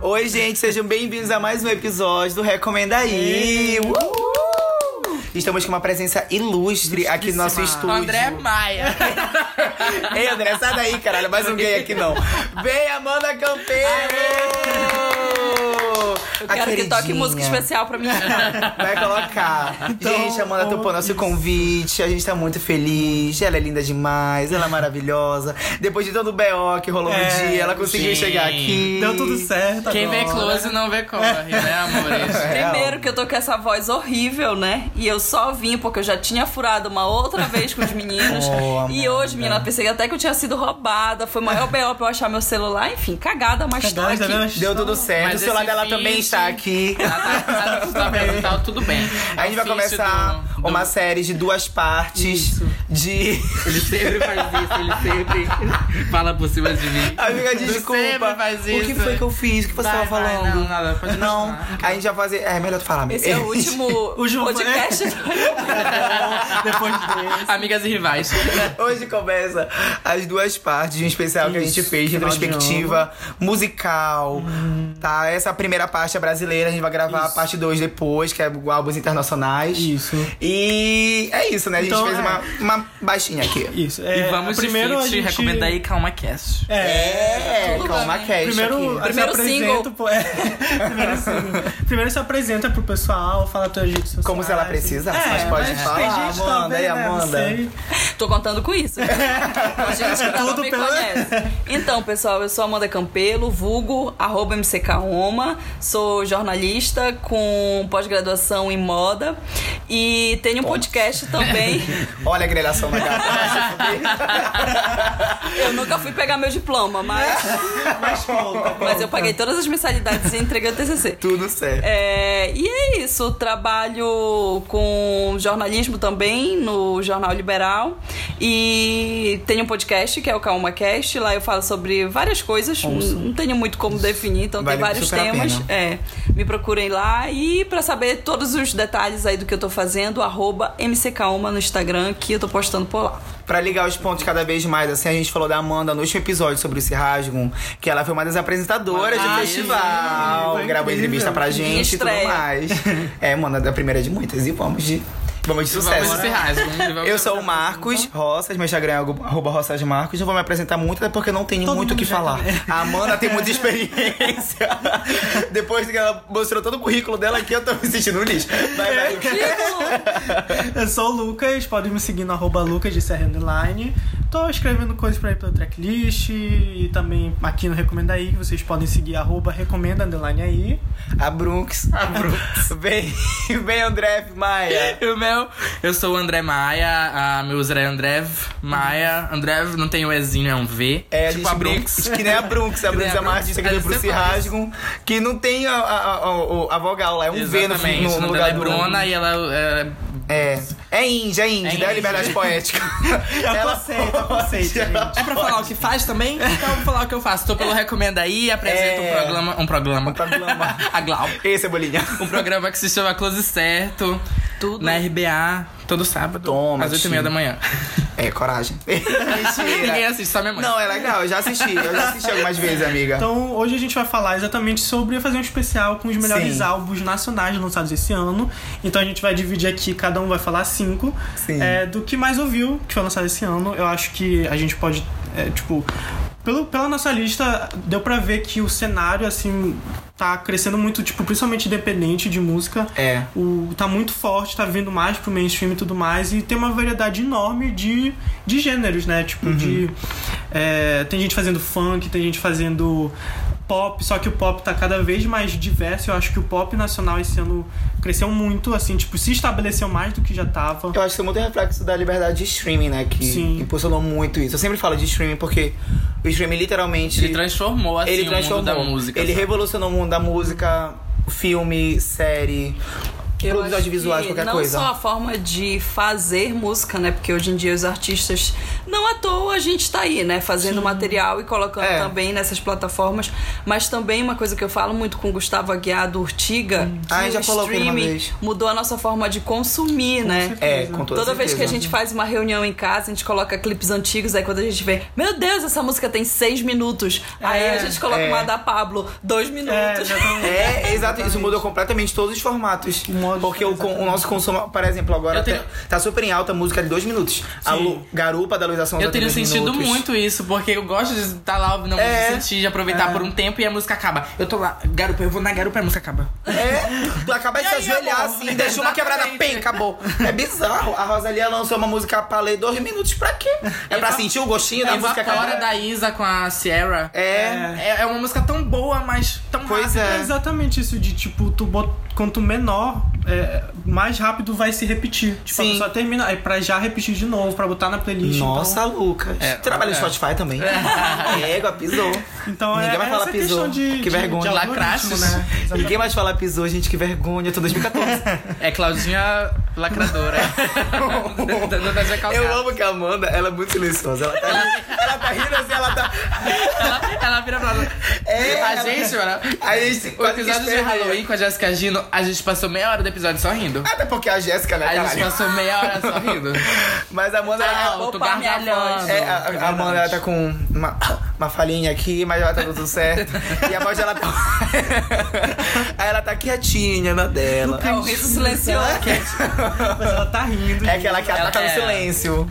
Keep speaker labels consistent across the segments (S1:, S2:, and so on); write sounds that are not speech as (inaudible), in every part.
S1: Oi, gente, sejam bem-vindos a mais um episódio do Recomenda aí. Uhul! Estamos com uma presença ilustre aqui no nosso estúdio.
S2: André Maia.
S1: Ei, André, sai daí, caralho. Mais um gay aqui não. Vem, Amanda Campeiro!
S2: Eu quero que toque música especial pra mim.
S1: Vai colocar. gente, a Amanda topou nosso convite. A gente tá muito feliz. Ela é linda demais. Ela é maravilhosa. Depois de todo o BO que rolou no
S3: É,
S1: dia, ela conseguiu
S4: sim.
S1: chegar aqui.
S3: Deu tudo
S4: (laughs)
S3: certo.
S4: Quem vê
S3: agora.
S4: close não vê corre, né,
S1: (laughs)
S4: amores?
S1: É,
S2: Primeiro que eu tô com essa voz horrível, né? E eu só vim porque eu já tinha furado uma outra vez com os
S3: (laughs)
S2: meninos.
S1: Oh,
S2: e hoje, menina, eu pensei até que eu tinha sido roubada. Foi o maior BO pra eu achar meu celular. Enfim, cagada, mas tô
S3: Cagada,
S2: aqui.
S3: né?
S1: Deu tudo certo.
S4: Mas
S1: o celular
S4: esse
S1: dela também
S4: feat-
S1: está aqui.
S4: Tá, tá, tá perguntado, tudo bem. É
S1: A gente vai
S4: Ofício
S1: começar
S4: do- do-
S1: uma série de duas partes de. (laughs)
S4: Ele sempre faz isso, ele sempre (laughs) fala por cima de mim.
S1: Amiga,
S4: Tu
S1: desculpa.
S4: sempre faz
S1: O que
S4: isso.
S1: foi que eu fiz? O que você tava
S4: Vai, vai,
S1: falando?
S4: não, nada, pode
S1: Não,
S4: continuar.
S1: a gente vai fazer. É melhor tu falar mesmo.
S2: Esse é
S3: (laughs)
S2: o último,
S3: último, né?
S2: podcast.
S3: (laughs) Depois desse.
S4: Amigas e rivais.
S1: (laughs) Hoje começa as duas partes de um especial que a gente fez, de
S3: final de
S1: retrospectiva musical, tá? Essa primeira parte é brasileira, a gente vai gravar a parte 2 depois, que é álbuns internacionais.
S3: Isso.
S1: E é isso, né? A gente
S3: Então,
S1: fez
S3: é.
S1: uma, uma baixinha aqui.
S3: Isso.
S4: E
S3: é,
S4: vamos
S3: primeiro
S4: primeiro
S3: a
S4: te
S3: gente...
S4: recomendar aí Calma Cast.
S3: É.
S1: É,
S2: Tudo
S1: calma,
S2: bem.
S1: cash
S3: Primeiro,
S1: aqui.
S3: se
S2: Primeiro
S3: apresenta,
S2: single.
S3: pô, (laughs) é. primeiro single. Primeiro se apresenta pro pessoal, fala tuas redes sociais.
S1: Como se ela precisasse,
S3: É,
S1: mas pode
S3: mas
S1: falar,
S3: Tem gente
S1: Amanda,
S3: também,
S1: e
S3: né, não
S1: Amanda?
S3: sei.
S2: Tô contando com isso. Então, gente que ainda não
S3: Tudo
S2: me
S3: pela-
S2: conhece. Então, pessoal, eu sou Amanda Campelo, vulgo, arroba MCKoma, sou jornalista com pós-graduação em moda e tenho um podcast também.
S3: (laughs)
S1: Olha a grelhação na cara.
S2: Eu nunca fui pegar meu
S1: (laughs)
S2: diploma, mas,
S3: Mas pouco.
S2: mas eu paguei todas as mensalidades e entreguei o TCC.
S1: Tudo certo.
S2: É, e é isso, trabalho com jornalismo também no Jornal Liberal e tenho um podcast que é o Calma Cast, lá eu falo sobre várias coisas, n- não tenho muito como definir, então
S1: Vale
S2: tem vários
S1: super a
S2: temas.
S1: pena.
S2: É, me procurem lá e pra saber todos os detalhes aí do que eu tô fazendo, arroba MCKalma no Instagram, que eu tô postando por lá.
S1: Pra ligar os pontos cada vez mais, assim, a gente falou da Amanda no último episódio sobre o Cirrasgum, que ela foi uma das apresentadoras do
S4: Ah,
S1: festival.
S3: sim,
S1: gravou
S3: foi
S1: entrevista
S3: incrível.
S1: pra gente e tudo
S2: estreia.
S1: mais.
S3: (laughs)
S1: É, mano, é a primeira de muitas. E vamos de. Vamos de
S4: Vamos
S1: sucesso.
S4: se rasgam.
S1: Eu sou o Marcos Roças, meu Instagram é arroba- arroba Roças Marcos. Não vou me apresentar muito, até porque não tenho
S3: Todo
S1: muito o
S3: mundo
S1: que
S3: já
S1: falar. A Amanda tem muita
S3: (laughs)
S1: experiência. Depois que ela mostrou todo o currículo dela aqui, eu tô me sentindo um lixo. Vai,
S3: É.
S1: vai.
S3: Eu sou o Lucas, podem me seguir no arroba Lucas de Serra Underline. Tô escrevendo coisas pra ir pelo tracklist e também aqui no Recomenda Aí, que vocês podem seguir arroba Recomenda Underline Aí.
S1: A Brunx. A Brunx. Vem, (laughs) vem André F. Maia.
S4: (laughs) E o meu, eu sou o André Maia, a meu user é Andrev Maia. Andrev não tem o Ezinho, é um V.
S1: É,
S4: tipo
S1: a gente
S4: a Brooks.
S1: brinca (laughs) Que nem a Brunx. A
S4: Que nem
S1: Brunx
S4: a
S1: é uma
S4: Brunx.
S1: artista que
S4: É,
S1: veio pro
S4: você
S1: se
S4: faz.
S1: rasgam, que não tem a, a, a- a vogal lá, é um V
S4: Exatamente.
S1: no- no, no,
S4: o nome dela
S1: lugar
S4: é
S1: do...
S4: Bruna e ela é
S1: É. É índia, é índia.
S4: É
S1: dá
S4: índia.
S1: liberdade (laughs) poética.
S3: Ela aceita,
S1: (laughs)
S3: eu aceito, gente.
S4: É pra falar o que faz também? (laughs) Então eu vou falar o que eu faço. Tô pelo Recomenda aí, apresento
S1: É.
S4: um programa. Um programa.
S1: (laughs)
S4: Um
S1: programa.
S4: (laughs) a Glau.
S1: tá Ei, Cebolinha. (laughs)
S4: Um programa que se chama Close Certo.
S2: Tudo.
S4: Na RBA, todo sábado.
S1: Toma,
S4: Às 8 e
S1: tio.
S4: meia da manhã.
S1: É, coragem.
S4: (laughs) Ninguém
S1: (laughs) Mentira.
S4: assiste, só minha mãe.
S1: Não, é legal. Eu já assisti. Eu já assisti algumas vezes, amiga.
S3: Então, hoje a gente vai falar exatamente sobre fazer um especial com os melhores
S1: Sim.
S3: álbuns nacionais lançados esse ano. Então, a gente vai dividir aqui, cada um vai falar cinco.
S1: Sim.
S3: É, do que mais ouviu que foi lançado esse ano. Eu acho que a gente pode, é, tipo... Pelo, pela nossa lista, deu pra ver que o cenário, assim, tá crescendo muito, tipo, principalmente independente de música.
S1: É.
S3: O, tá muito forte, tá vindo mais pro mainstream e tudo mais, e tem uma variedade enorme de, de gêneros, né? Tipo, de. é, tem gente fazendo funk, tem gente fazendo pop, só que o pop tá cada vez mais diverso. Eu acho que o pop nacional esse ano cresceu muito, assim, tipo, se estabeleceu mais do que já
S1: Eu
S3: tava.
S1: acho que isso é muito reflexo da liberdade de streaming, né? Que
S3: Sim.
S1: impulsionou muito isso. Eu sempre falo de streaming porque o streaming literalmente.
S4: Ele transformou assim
S1: ele
S4: o mundo da música. assim.
S1: Ele
S4: sabe?
S1: revolucionou o mundo da música, filme, série.
S2: Eu
S1: Produtos
S2: acho
S1: audiovisuais,
S2: que
S1: qualquer
S2: não
S1: coisa.
S2: só a forma de fazer música, né? Porque hoje em dia os artistas, não à toa a gente tá aí, né? Fazendo material e colocando
S1: É.
S2: também nessas plataformas. Mas também uma coisa que eu falo muito com o Gustavo Aguiar do Urtiga, que
S1: Ah, eu já
S2: o
S1: falou com ele uma
S2: streaming
S1: vez.
S2: mudou a nossa forma de consumir, né?
S3: certeza.
S1: É, com toda,
S2: Toda vez que a
S1: certeza.
S2: gente faz uma reunião em casa, a gente coloca clipes antigos, aí quando a gente vê, meu Deus, essa música tem seis minutos. aí
S3: É,
S2: a gente coloca
S1: é.
S2: uma da Pablo, dois
S3: É,
S2: minutos.
S1: (laughs)
S3: exatamente.
S1: É, exato, isso mudou completamente todos os formatos.
S4: Um
S3: O modo de
S1: porque o,
S3: fazer,
S1: con- o nosso consumo, por exemplo, agora
S4: Eu tenho-
S1: tá, tá super em alta a música de dois minutos. A
S3: Sim.
S1: Lu- garupa da Luiz Assunção
S4: Eu
S1: tem
S4: tenho
S1: dois
S4: sentido
S1: minutos.
S4: muito isso, porque eu gosto de estar lá ouvindo a música,
S1: É.
S4: de sentir, de aproveitar por um tempo e a música acaba. Eu tô lá, garupa, eu vou na garupa e a música acaba.
S1: É, tu acaba de
S4: E
S1: se
S4: aí,
S1: ajoelhar
S4: amor?
S1: assim, deixou uma quebrada,
S4: Exatamente.
S1: pem, acabou. É bizarro. A Rosalia lançou uma música pra ler dois minutos pra quê? É pra
S4: Eva-
S1: sentir o gostinho da música
S4: Evapora
S1: acabada.
S4: da Isa com a Sierra.
S1: É.
S4: É, é uma música tão boa, mas tão
S1: Pois
S4: rápida.
S1: é.
S3: É exatamente isso de tipo, tu bot... quanto menor, é, mais rápido vai se repetir. Tipo,
S1: Sim.
S3: a pessoa termina, aí pra já repetir de novo, pra botar na playlist.
S1: Nossa, Lucas.
S4: então É,
S1: Trabalha no
S4: é.
S1: Spotify também. (laughs) Égua, pisou.
S3: Então, então
S1: Ninguém
S3: é,
S1: vai
S3: é
S1: falar
S3: essa
S1: pisou.
S3: questão de.
S1: Que
S3: de-
S1: vergonha.
S3: De algoritmo,
S4: Lacraços.
S3: né?
S1: Ninguém mais fala pisou, gente, que vergonha. Eu tô em
S4: (laughs)
S1: 2014.
S4: É Claudinha (laughs) Lacradora. Dando na calçada.
S1: Eu amo que a Amanda, ela é muito silenciosa. Ela tá, rindo- ela tá rindo assim, ela tá.
S4: Ela, ela vira pra lá.
S1: É,
S4: a
S1: ela-
S4: gente, mano.
S1: A gente
S4: O
S1: quase que
S4: episódio de
S1: esperneia.
S4: Halloween com a Jessica Gino, a gente passou meia hora do episódio só rindo.
S1: Até porque a Jéssica, né,
S4: A gente
S1: caralho?
S4: passou meia hora
S1: (laughs)
S4: só rindo.
S1: Mas a Amanda,
S4: Ah,
S1: ela,
S4: eu tô
S2: Opa, minha
S4: gargalhando.
S1: é, a, a Amanda, ela tá com uma, uma falhinha aqui, mas ela tá tudo certo. E a voz dela tá. (laughs) Aí ela tá quietinha na dela.
S2: (laughs) É o riso silencioso.
S3: Mas ela tá rindo.
S1: É
S3: gente.
S1: aquela que
S4: Ela
S1: ataca no
S4: é.
S3: (laughs)
S1: silêncio.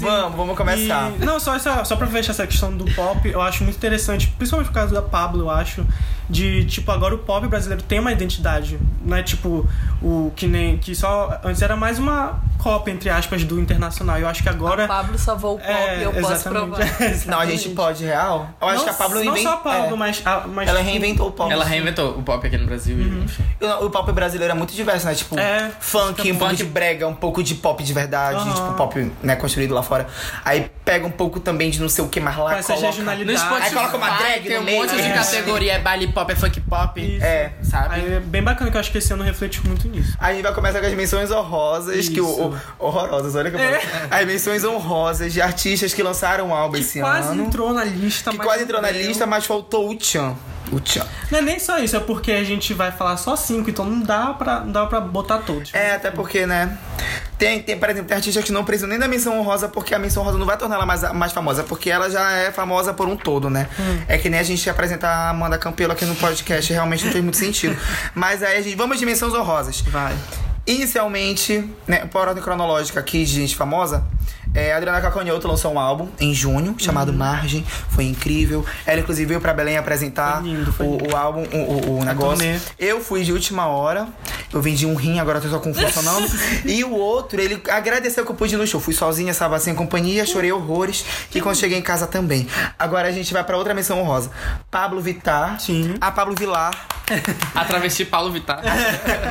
S1: Vamos, vamos começar.
S3: E- não, só, essa, só pra fechar essa questão do pop, eu acho muito interessante, principalmente por causa da Pablo, eu acho, de, tipo, agora o pop brasileiro tem uma identidade, não é tipo o que nem, que só, antes era mais uma cópia, entre aspas, do internacional, eu acho que agora...
S2: Pablo salvou o pop,
S3: é,
S2: eu posso
S3: (laughs) exatamente.
S2: provar.
S1: Não, a gente pode, real? Eu acho
S3: não,
S1: que a Pablo
S3: Não
S1: inventou.
S3: só a Pablo, mas, a- mas... tipo,
S1: Ela reinventou o pop.
S4: Ela reinventou o pop aqui no Brasil. enfim.
S1: O pop brasileiro é muito diverso, né? Tipo,
S3: É.
S1: funk, um pouco de brega, um pouco de pop de verdade,
S3: Aham.
S1: tipo, pop, né, construído lá fora. Aí pega um pouco também de não sei o que mais lá,
S3: Com essas
S1: coloca.
S4: No
S3: regionalidades.
S4: Spotify
S1: Aí coloca uma drag
S4: tem
S1: no
S4: um
S1: meio,
S4: monte de
S1: né?
S4: categoria. É baile pop, é funk pop.
S3: Isso.
S1: É.
S4: Sabe?
S3: Aí é bem bacana que eu acho que esse ano reflete muito nisso.
S1: A gente vai começar com as menções horrorosas, que o,
S3: Isso. É.
S1: o- horrorosas, olha que eu falei. As menções honrosas de artistas que lançaram um álbum esse
S3: Quase
S1: ano.
S3: entrou na lista,
S1: que
S3: mas
S1: quase
S3: não
S1: entrou na
S3: deu.
S1: lista, mas faltou o Tchan. O Tchan.
S3: Não é nem só isso, é porque a gente vai falar só cinco, então não dá pra, não dá pra botar todos.
S1: É, até porque, né? Tem, tem, por exemplo, tem artistas que não precisam nem da menção honrosa, porque a menção honrosa não vai tornar ela mais, mais famosa, porque ela já é famosa por um todo, né?
S3: Hum.
S1: É que nem a gente apresentar a Amanda Campelo aqui no podcast, realmente não fez muito
S3: (laughs)
S1: sentido. Mas aí a gente. Vamos de menções honrosas.
S3: Vai.
S1: Inicialmente, né, por ordem cronológica aqui de gente famosa, é, a Adriana Calcanhoto lançou um álbum em junho, chamado
S3: Hum.
S1: Margem. Foi incrível. Ela, inclusive, veio pra Belém apresentar
S3: Foi lindo, foi
S1: o- o, álbum, o, o- o negócio.
S3: turnê.
S1: Eu fui de última hora. Eu vendi um rim, agora eu tô só com um
S3: (laughs)
S1: funcionando. e o outro, ele agradeceu que eu pude ir no show. Fui sozinha, estava sem companhia, chorei horrores. E quando cheguei em casa também. Agora a gente vai pra outra menção honrosa. Pablo Vittar.
S3: Sim.
S1: A Pablo Vilar.
S4: É A travesti Paulo Vittar.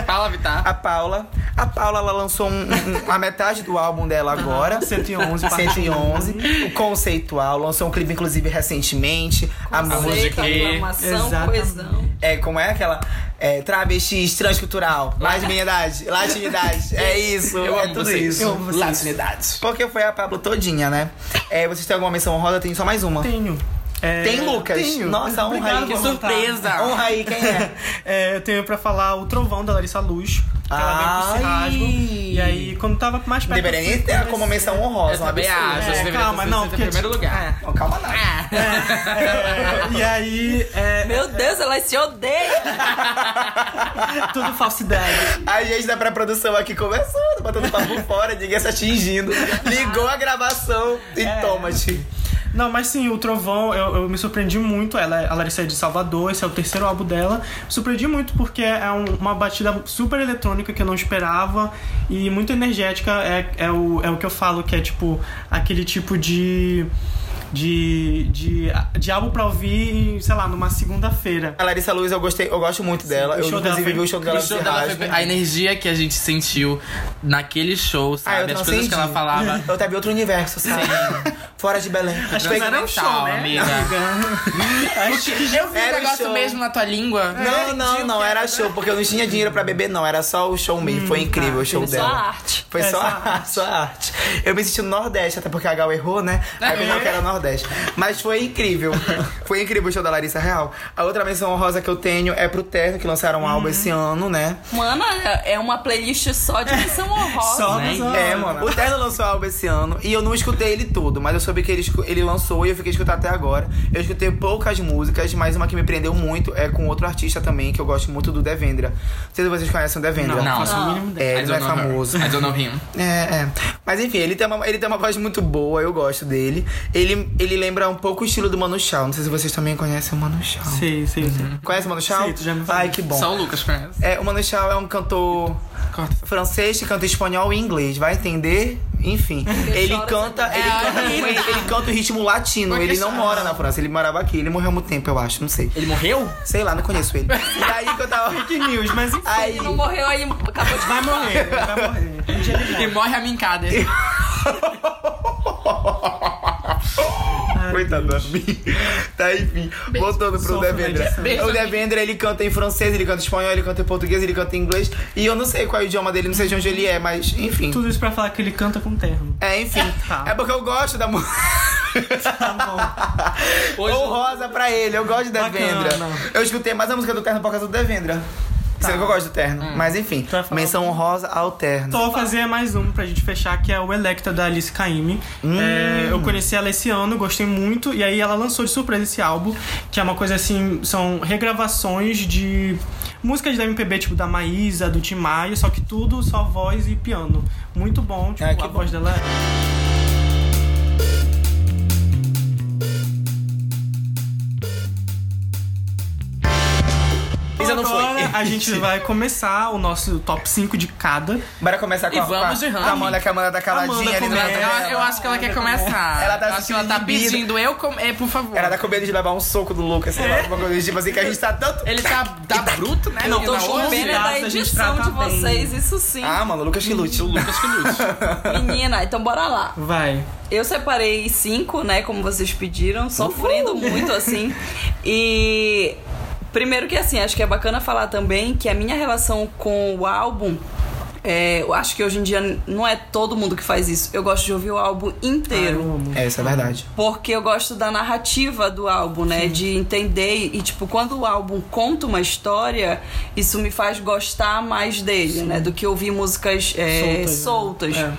S4: Paula Vittar.
S1: a Paula. A Paula, ela lançou um- um- a metade do álbum dela agora.
S3: 111, parte
S1: 111. O conceitual. Lançou um clipe, inclusive, recentemente. A música.
S2: Conceito,
S4: que-
S2: aclamação,
S3: Exatamente.
S2: coesão.
S1: É, como é aquela? É, travestis, transcultural,
S4: (laughs)
S1: latinidade, latinidade. É isso,
S4: Eu
S1: é
S4: amo
S1: tudo
S4: vocês.
S1: isso.
S4: Eu amo vocês.
S1: Latinidade. Porque foi a Pablo todinha, né? É, vocês têm alguma menção honrosa? Eu tenho só mais uma.
S3: Tenho. É,
S1: Tem, Lucas?
S3: Tenho.
S1: Nossa, honra aí.
S3: Obrigado,
S1: Que
S3: vou anotar.
S4: surpresa!
S1: Honra aí, quem é?
S3: É, eu tenho pra falar o Trovão da Larissa Luz. Que
S1: Ai.
S3: ela vem com esse rasgo. E aí, quando tava mais perto.
S1: Deveria nem ter como menção honrosa,
S4: Eu
S1: um
S4: também
S1: absurdo.
S4: acho. Ah.
S3: É,
S4: Você deveria
S3: calma,
S4: ter
S3: não,
S4: sido em
S3: porque,
S4: primeiro
S3: tipo,
S4: lugar.
S1: Não, calma lá.
S3: É, e aí, é,
S2: Meu Deus, elas se odeiam.
S3: tudo falsidade.
S1: A gente da pré-produção aqui conversando, botando
S4: (laughs)
S1: papo fora, ninguém se atingindo. Ligou a gravação e
S4: É.
S1: toma-te.
S3: Não, mas sim, o Trovão, eu, eu me surpreendi muito. Ela, a Larissa é de Salvador, esse é o terceiro álbum dela. Me surpreendi muito porque é um- uma batida super eletrônica que eu não esperava e muito energética. É, é, o, é o que eu falo, que é tipo aquele tipo de. de, de, de álbum pra ouvir, sei lá, numa segunda-feira.
S1: A Larissa Luz, eu, gostei, eu gosto muito dela.
S3: o
S1: Eu,
S3: show dela
S1: inclusive,
S3: foi-
S1: vi o show dela
S4: O
S1: no
S4: show dela
S1: Serrasco.
S4: foi- a energia que a gente sentiu naquele show,
S1: Ah, eu
S4: sabe? As coisas
S1: transcendi.
S4: que ela falava.
S1: (laughs) Eu tava em outro universo, sabe? Fora de Belém.
S3: Acho que não era um show,
S4: Transcendental,
S3: né?
S4: amiga. (laughs)
S3: Acho que
S4: Eu vi
S1: Era
S4: um
S1: o
S4: negócio
S1: show.
S4: mesmo na tua língua.
S1: Não, não, não, era show, porque eu não tinha dinheiro pra beber, não. Era só o show mesmo. Foi incrível o show
S2: Só
S1: dela.
S2: a arte.
S1: Foi
S3: É,
S1: só,
S3: só
S1: a, (laughs) só a arte. Eu me senti no Nordeste, até porque a Gal errou, né? Aí pensou que era Nordeste. Mas foi incrível. Foi incrível o show da Larissa Real. A outra menção honrosa que eu tenho é pro Terno, que lançaram um álbum esse ano, né?
S2: Mana, é uma playlist só de missão honrosa.
S3: Só
S4: né?
S3: mas, ó,
S1: É, mano. O Terno lançou o álbum esse ano e eu não escutei ele todo, mas eu soube que ele, escu- ele lançou e eu fiquei escutando até agora. Eu escutei poucas músicas, mas uma que me prendeu muito é com outro artista também, que eu gosto muito do Devendra. Não sei se vocês conhecem o Devendra.
S4: Não.
S3: faço o mínimo
S1: É,
S4: I
S1: ele
S4: don't
S1: não é
S4: know her.
S1: famoso.
S4: I don't know him.
S1: É, é. Mas enfim, ele tem, uma, ele tem uma voz muito boa, eu gosto dele. Ele, ele lembra um pouco o estilo do Manu Chao. Não sei se vocês também conhecem o Manu Chao.
S3: Sei, sei, sei.
S1: Conhece o Manu Chao?
S3: Sei, tu já me falou.
S1: Ai, que bom.
S4: Só o Lucas conhece.
S1: É, o Manu Chao é um cantor francês que canta espanhol e inglês, vai entender? Enfim, ele
S2: chora,
S1: canta, ele canta, ele canta o ritmo latino. Ele não mora na França, ele morava aqui, ele morreu há muito tempo, eu acho, não sei.
S4: Ele morreu?
S1: Sei lá, não conheço ele. E aí que eu tava.
S3: Fake news, mas enfim,
S1: Aí,
S2: Ele não morreu aí, acabou de
S3: vai morrer, vai morrer. Um dia
S4: E
S3: ele morre.
S4: morre a mincada.
S1: Coitado da Mi. Tá, enfim. Voltando pro
S3: Sofre
S1: Devendra.
S3: na
S4: edição.
S1: O Devendra, ele canta em francês, ele canta em espanhol, ele canta em português, ele canta em inglês. E eu não sei qual é o idioma dele, não sei de onde ele é, mas enfim.
S3: Tudo isso pra falar que ele canta com terno.
S1: É, enfim.
S3: Tá.
S1: É porque eu gosto da música.
S3: Tá bom.
S4: Hoje-
S1: Honrosa pra ele, eu gosto de Devendra.
S3: Bacana.
S1: Eu escutei mais a música do Terno por causa do Devendra.
S4: Tá.
S1: Sendo que eu gosto do Terno.
S4: Hum.
S1: Mas enfim,
S3: vai falar
S1: menção honrosa ao Terno.
S3: Só vou fazer mais um pra gente fechar, que é o Electra da Alice Caymmi.
S1: Hum.
S3: É, eu conheci ela esse ano, gostei muito, e aí ela lançou de surpresa esse álbum, que é uma coisa assim, são regravações de músicas da MPB, tipo da Maísa, do Tim Maia, só que tudo só voz e piano. Muito bom, tipo,
S1: Ah, que
S3: a
S1: bom.
S3: voz dela é
S1: Isa não foi.
S3: Agora
S1: (laughs)
S3: a gente vai começar o nosso top 5 de cada.
S1: Bora começar com
S4: E
S1: a,
S4: vamos
S1: com
S4: de
S1: a, com a
S4: ranking.
S1: Amanda, que a Amanda tá caladinha
S3: Amanda
S1: ali no
S3: começa.
S1: meio
S4: É,
S1: dela.
S4: eu, eu acho que ela quer começar.
S1: tá Ela tá
S4: Eu acho que ela tá
S1: sentindo inibida.
S4: pedindo. Eu com... É, por favor.
S1: Ela tá com medo de levar um soco do Lucas,
S4: É?
S1: sei lá, alguma coisa tipo assim, que a gente tá tanto.
S4: Ele tá, tá bruto, né?
S3: Não,
S4: menina?
S2: Tô
S3: Não,
S2: com
S4: Hoje-
S2: pena da
S3: graças, a gente
S2: edição de
S3: trata bem.
S2: vocês, isso sim.
S1: Ah, mano, o Lucas que lute.
S4: O Lucas que lute.
S2: Menina, então bora lá.
S3: Vai.
S2: Eu separei cinco, né? Como vocês pediram, sofrendo muito assim. E. Primeiro que assim, acho que é bacana falar também que a minha relação com o álbum. é, eu acho que hoje em dia não é todo mundo que faz isso. Eu gosto de ouvir o álbum inteiro.
S3: Eu amo.
S1: É, isso é verdade.
S2: Porque eu gosto da narrativa do álbum, né? De entender e, tipo, quando o álbum conta uma história, isso me faz gostar mais dele, né? Do que ouvir músicas é,
S3: Soltas,
S2: soltas.
S3: né?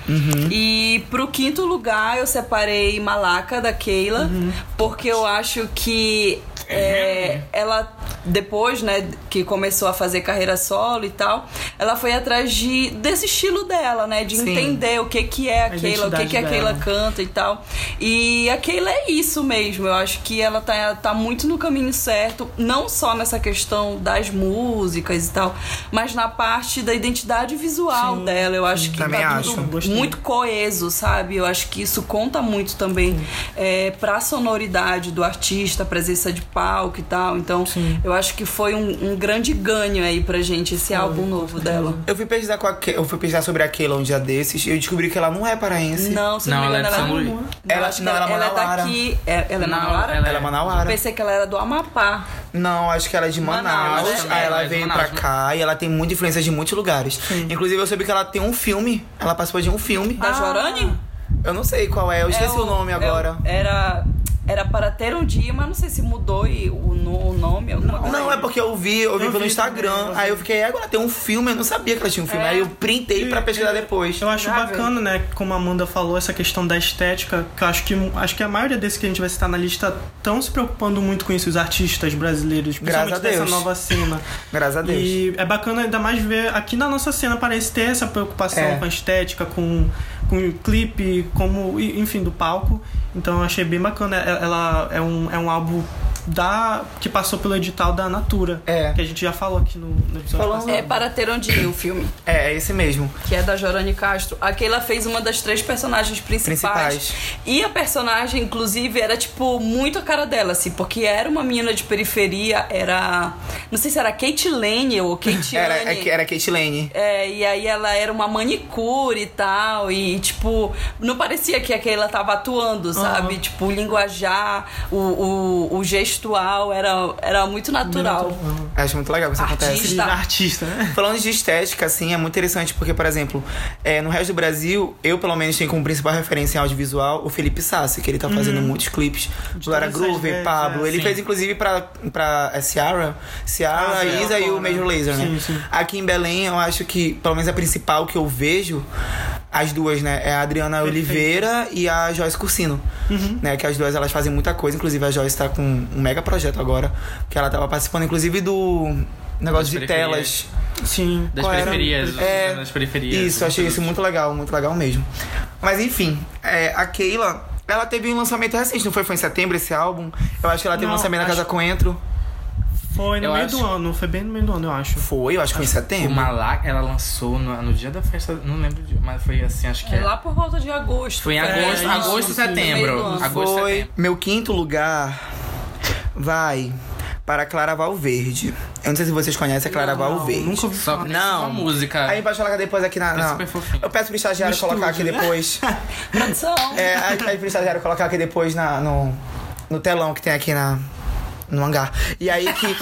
S2: E pro quinto lugar eu separei Malaca da Keila,
S3: Uhum.
S2: porque eu acho que é, ela depois, né, que começou a fazer carreira solo e tal, ela foi atrás de, desse estilo dela, né, de
S1: Sim.
S2: entender o que que é a,
S3: A
S2: Keila, o que que a
S3: identidade
S2: Keila
S3: dela.
S2: canta e tal. E a Keila é isso mesmo. Eu acho que ela tá, tá muito no caminho certo, não só nessa questão das músicas e tal, mas na parte da identidade visual dela. Eu acho que
S1: Também
S2: tá
S1: acho.
S2: tudo
S3: Gostei.
S2: muito coeso, sabe? Eu acho que isso conta muito também é, pra sonoridade do artista, a presença de palco e tal. Então, eu acho que foi um, um grande ganho aí pra gente esse álbum novo dela.
S1: Eu fui pesquisar, com a Ke- eu fui pesquisar sobre a Keila um dia desses e eu descobri que ela não é paraense.
S2: Não, se não,
S4: Não,
S2: me
S4: ela é
S2: engano,
S4: de São
S2: ela,
S4: Luís.
S1: Ela-
S2: acho que
S1: não, ela é
S2: ela é
S1: manauara.
S2: daqui. É, ela é
S4: Não,
S2: manauara?
S4: ela
S1: Ela é manauara.
S2: Pensei que ela era do Amapá.
S1: Não, acho que ela é de Manaus.
S2: Manaus,
S4: né?
S1: Aí ela
S4: Ela é de
S1: veio
S4: Manaus,
S1: pra cá e ela tem muita influência de muitos lugares. Inclusive, eu soube que ela tem um filme. Ela participou de um filme.
S2: Da Jorani?
S1: Eu não sei qual é, eu esqueci
S2: É
S1: o, nome
S2: é
S1: agora.
S2: era, era para ter um dia, mas não sei se mudou e o, no- o nome. Alguma coisa.
S1: Não, é porque eu vi, eu vi
S3: Eu
S1: pelo
S3: vi
S1: Instagram.
S3: também, eu
S1: aí eu fiquei, agora tem um filme, eu não sabia que ela tinha um filme.
S2: É.
S1: Aí eu printei pra pesquisar depois.
S3: Eu acho
S2: Já vi.
S3: bacana, né, como a Amanda falou, essa questão da estética, que eu acho que, acho que a maioria desses que a gente vai citar na lista estão se preocupando muito com isso, os artistas brasileiros,
S1: Graças
S3: principalmente
S1: a
S3: dessa
S1: Deus.
S3: nova cena.
S1: Graças a Deus.
S3: E é bacana ainda mais ver aqui na nossa cena parece ter essa preocupação
S1: É.
S3: com a estética, com, com o clipe, como, e- enfim, do palco. Então eu achei bem bacana. E- Ela é um, é um álbum da que passou pelo edital da Natura.
S1: É.
S3: Que a gente já falou aqui no, no episódio
S1: Falou.
S3: passado.
S2: É para ter onde ir o filme,
S1: É, é esse mesmo.
S2: que é da Jorane Castro. Aqui ela fez uma das três personagens principais.
S1: Principais.
S2: E a personagem, inclusive, era, tipo, muito a cara dela, assim, porque era uma menina de periferia, era. Não sei se era Kate Lane ou Kate
S1: Era,
S2: Lane.
S1: é que- era Kate Lane.
S2: É, e aí ela era uma manicure e tal, e tipo, não parecia que aquela tava atuando, sabe? Tipo, o linguajar, o, o, o gestual era, era muito natural.
S1: Acho muito legal que isso acontece.
S2: Artista.
S3: Esse artista, né?
S1: Falando de estética, assim, é muito interessante porque, por exemplo, é, no resto do Brasil, eu pelo menos tenho como principal referência em audiovisual o Felipe Sassi, que ele tá fazendo muitos clipes. Glória
S3: Uhum. todas essas
S1: Groove,
S3: vezes,
S1: Pablo.
S3: é,
S1: ele
S3: sim.
S1: fez inclusive pra, pra é, Ciara, Ciara,
S3: Ah, sim,
S1: Isa e o
S3: agora.
S1: Major Laser, né?
S3: Sim, sim.
S1: Aqui em Belém, eu acho que, pelo menos a principal que eu vejo, as duas, né? É a Adriana
S3: Perfeito. Uhum.
S1: Oliveira e a Joyce Cursino. Né, que as duas elas fazem muita coisa, inclusive a Joyce tá com um mega projeto agora, que ela tava participando, inclusive, do negócio de telas.
S4: periferias.
S3: Sim.
S4: Das
S1: Qual era?
S4: periferias. dos-
S1: É,
S4: das periferias.
S1: Isso, achei isso muito legal, muito legal mesmo. Mas enfim, é, a Keila, ela teve um lançamento recente, não foi? Foi em setembro esse álbum? Eu acho que ela teve um
S3: Não,
S1: lançamento na
S3: acho-
S1: Casa Coentro.
S3: Foi no
S4: Eu
S3: meio
S4: acho-
S3: do ano, foi bem no meio do ano, eu acho.
S1: Foi, eu acho que foi em
S4: O
S1: setembro.
S4: Malak, ela lançou no, no dia da festa, não lembro, de- mas foi assim, acho que
S2: É
S4: é.
S2: lá por volta de agosto.
S4: Foi em agosto,
S3: isso,
S4: agosto,
S3: sim.
S4: setembro.
S2: Meio do ano.
S4: Agosto,
S1: Foi.
S4: setembro.
S1: Meu quinto lugar vai para Clara Valverde. Eu não sei se vocês conhecem a Clara Valverde.
S3: Nunca ouvi
S4: Só que
S3: falar.
S1: Não.
S4: não. música.
S1: Aí embaixo coloca depois aqui na.
S4: É
S1: na-
S4: super fofinho.
S1: Eu peço pro estagiário
S3: No
S1: colocar
S3: estúdio,
S1: aqui
S3: né?
S1: depois.
S2: Produção.
S1: É, aí aí pro estagiário colocar aqui depois na, no, no telão que tem aqui na, no hangar. E aí
S4: (laughs)
S1: que.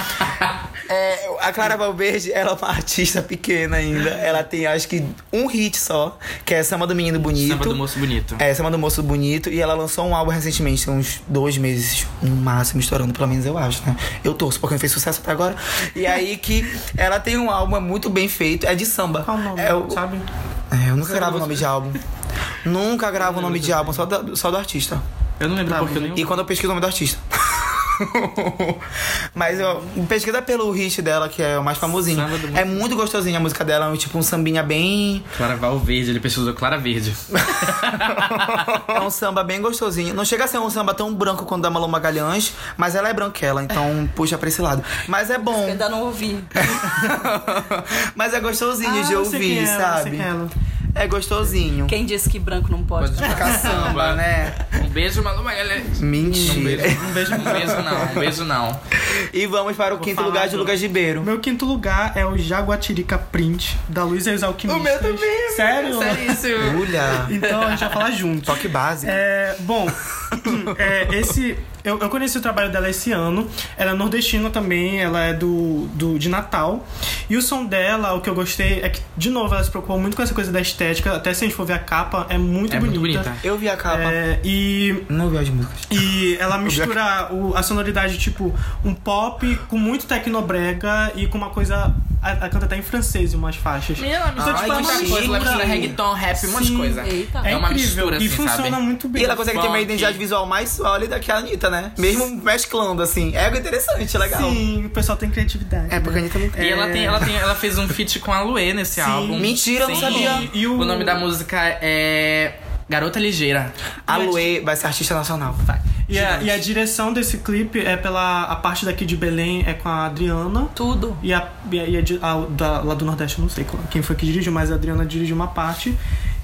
S1: é, a Clara Valverde, ela é uma artista pequena ainda. Ela tem acho que um hit só, que é Samba do Menino Bonito.
S4: Samba do Moço Bonito.
S1: É, Samba do Moço Bonito. E ela lançou um álbum recentemente, tem uns dois meses, no máximo, estourando, pelo menos eu acho, né? Eu torço, porque não fez sucesso até agora. E aí que ela tem um álbum muito bem feito, é de samba.
S3: Qual o nome,
S1: É o-
S3: sabe?
S1: é, eu nunca gravo o nome de
S3: (laughs)
S1: álbum. Nunca gravo o nome de álbum, só do, só do artista.
S4: Eu não lembro porque eu
S1: E
S4: nem.
S1: quando eu pesquiso o nome do artista. (laughs) Mas eu, pesquisa pelo hit dela, que é o mais famosinho.
S4: Samba do
S1: É muito gostosinha a música dela, é um tipo um sambinha bem.
S4: Clara Valverde, ele pesquisou Clara Verde.
S1: É um samba bem gostosinho. Não chega a ser um samba tão branco quanto da Malu Magalhães, mas ela é branquela,
S3: (laughs)
S1: então puxa pra esse lado. Mas é
S2: Eu
S1: bom.
S2: ainda não ouvi.
S1: mas é gostosinho
S3: Ah,
S1: de
S3: eu sei quem
S1: ouvir,
S3: é ela, eu sei
S1: sabe?
S3: quem é ela.
S1: É gostosinho.
S2: Quem disse que branco não pode?
S4: Pode
S1: Fica samba,
S4: (laughs)
S3: (laughs)
S1: né?
S4: Um beijo, Malu Magalhães. Um
S1: Mentira.
S4: beijo, um beijo, um beijo não, um beijo não.
S1: E vamos para o quinto
S3: falar
S1: lugar de
S3: do-
S1: Lucas Ribeiro.
S3: Meu quinto lugar é o Jaguatirica Print, da Luísa e os Alquimistas.
S4: O meu também,
S3: Sério?
S4: Seríssimo.
S1: Olha.
S3: Então a gente vai falar junto.
S1: Toque básico.
S3: É, bom, (clears throat) é, esse. Eu, eu conheci o trabalho dela esse ano. Ela é nordestina também, ela é do, do de Natal. E o som dela, o que eu gostei é que, de novo, ela se preocupou muito com essa coisa da estética. Até se a gente for ver a capa, é muito
S4: É
S3: bonita.
S4: muito bonita.
S1: Eu vi a capa.
S3: É, e
S1: Não vi as músicas.
S3: E ela mistura o- a sonoridade, tipo, um pop com muito tecnobrega e com uma coisa. Ela canta até em francês em umas faixas.
S4: Menina, ela mistura
S1: Ai,
S4: tipo,
S1: que
S4: muita
S1: chique.
S4: coisa, ela mistura reggaeton, rap, um monte de
S3: Sim.
S4: coisa.
S2: Eita.
S4: É,
S3: É,
S4: uma
S3: incrível.
S4: mistura,
S3: e
S4: assim,
S3: funciona
S4: sabe?
S3: muito bem.
S1: E ela consegue ter uma
S4: Funk.
S1: identidade visual mais sólida que a Anitta, né? Mesmo mesclando, assim. É algo interessante, legal.
S3: Sim, o pessoal tem criatividade.
S1: É, porque a
S3: né?
S1: Anitta é muito...
S4: E ela, tem, ela, tem, ela fez um feat com a Luê nesse
S3: Sim.
S4: álbum.
S1: Mentira, eu não
S4: Sim.
S1: sabia.
S3: E o-
S4: o nome da música é Garota Ligeira.
S1: A Luê vai ser artista nacional.
S3: E é a, e a direção desse clipe é pela. A parte daqui de Belém é com a Adriana.
S2: Tudo.
S3: E a, e a- e a di- a- da- lá do Nordeste, eu não sei qual- quem foi que dirigiu, mas a Adriana dirigiu uma parte.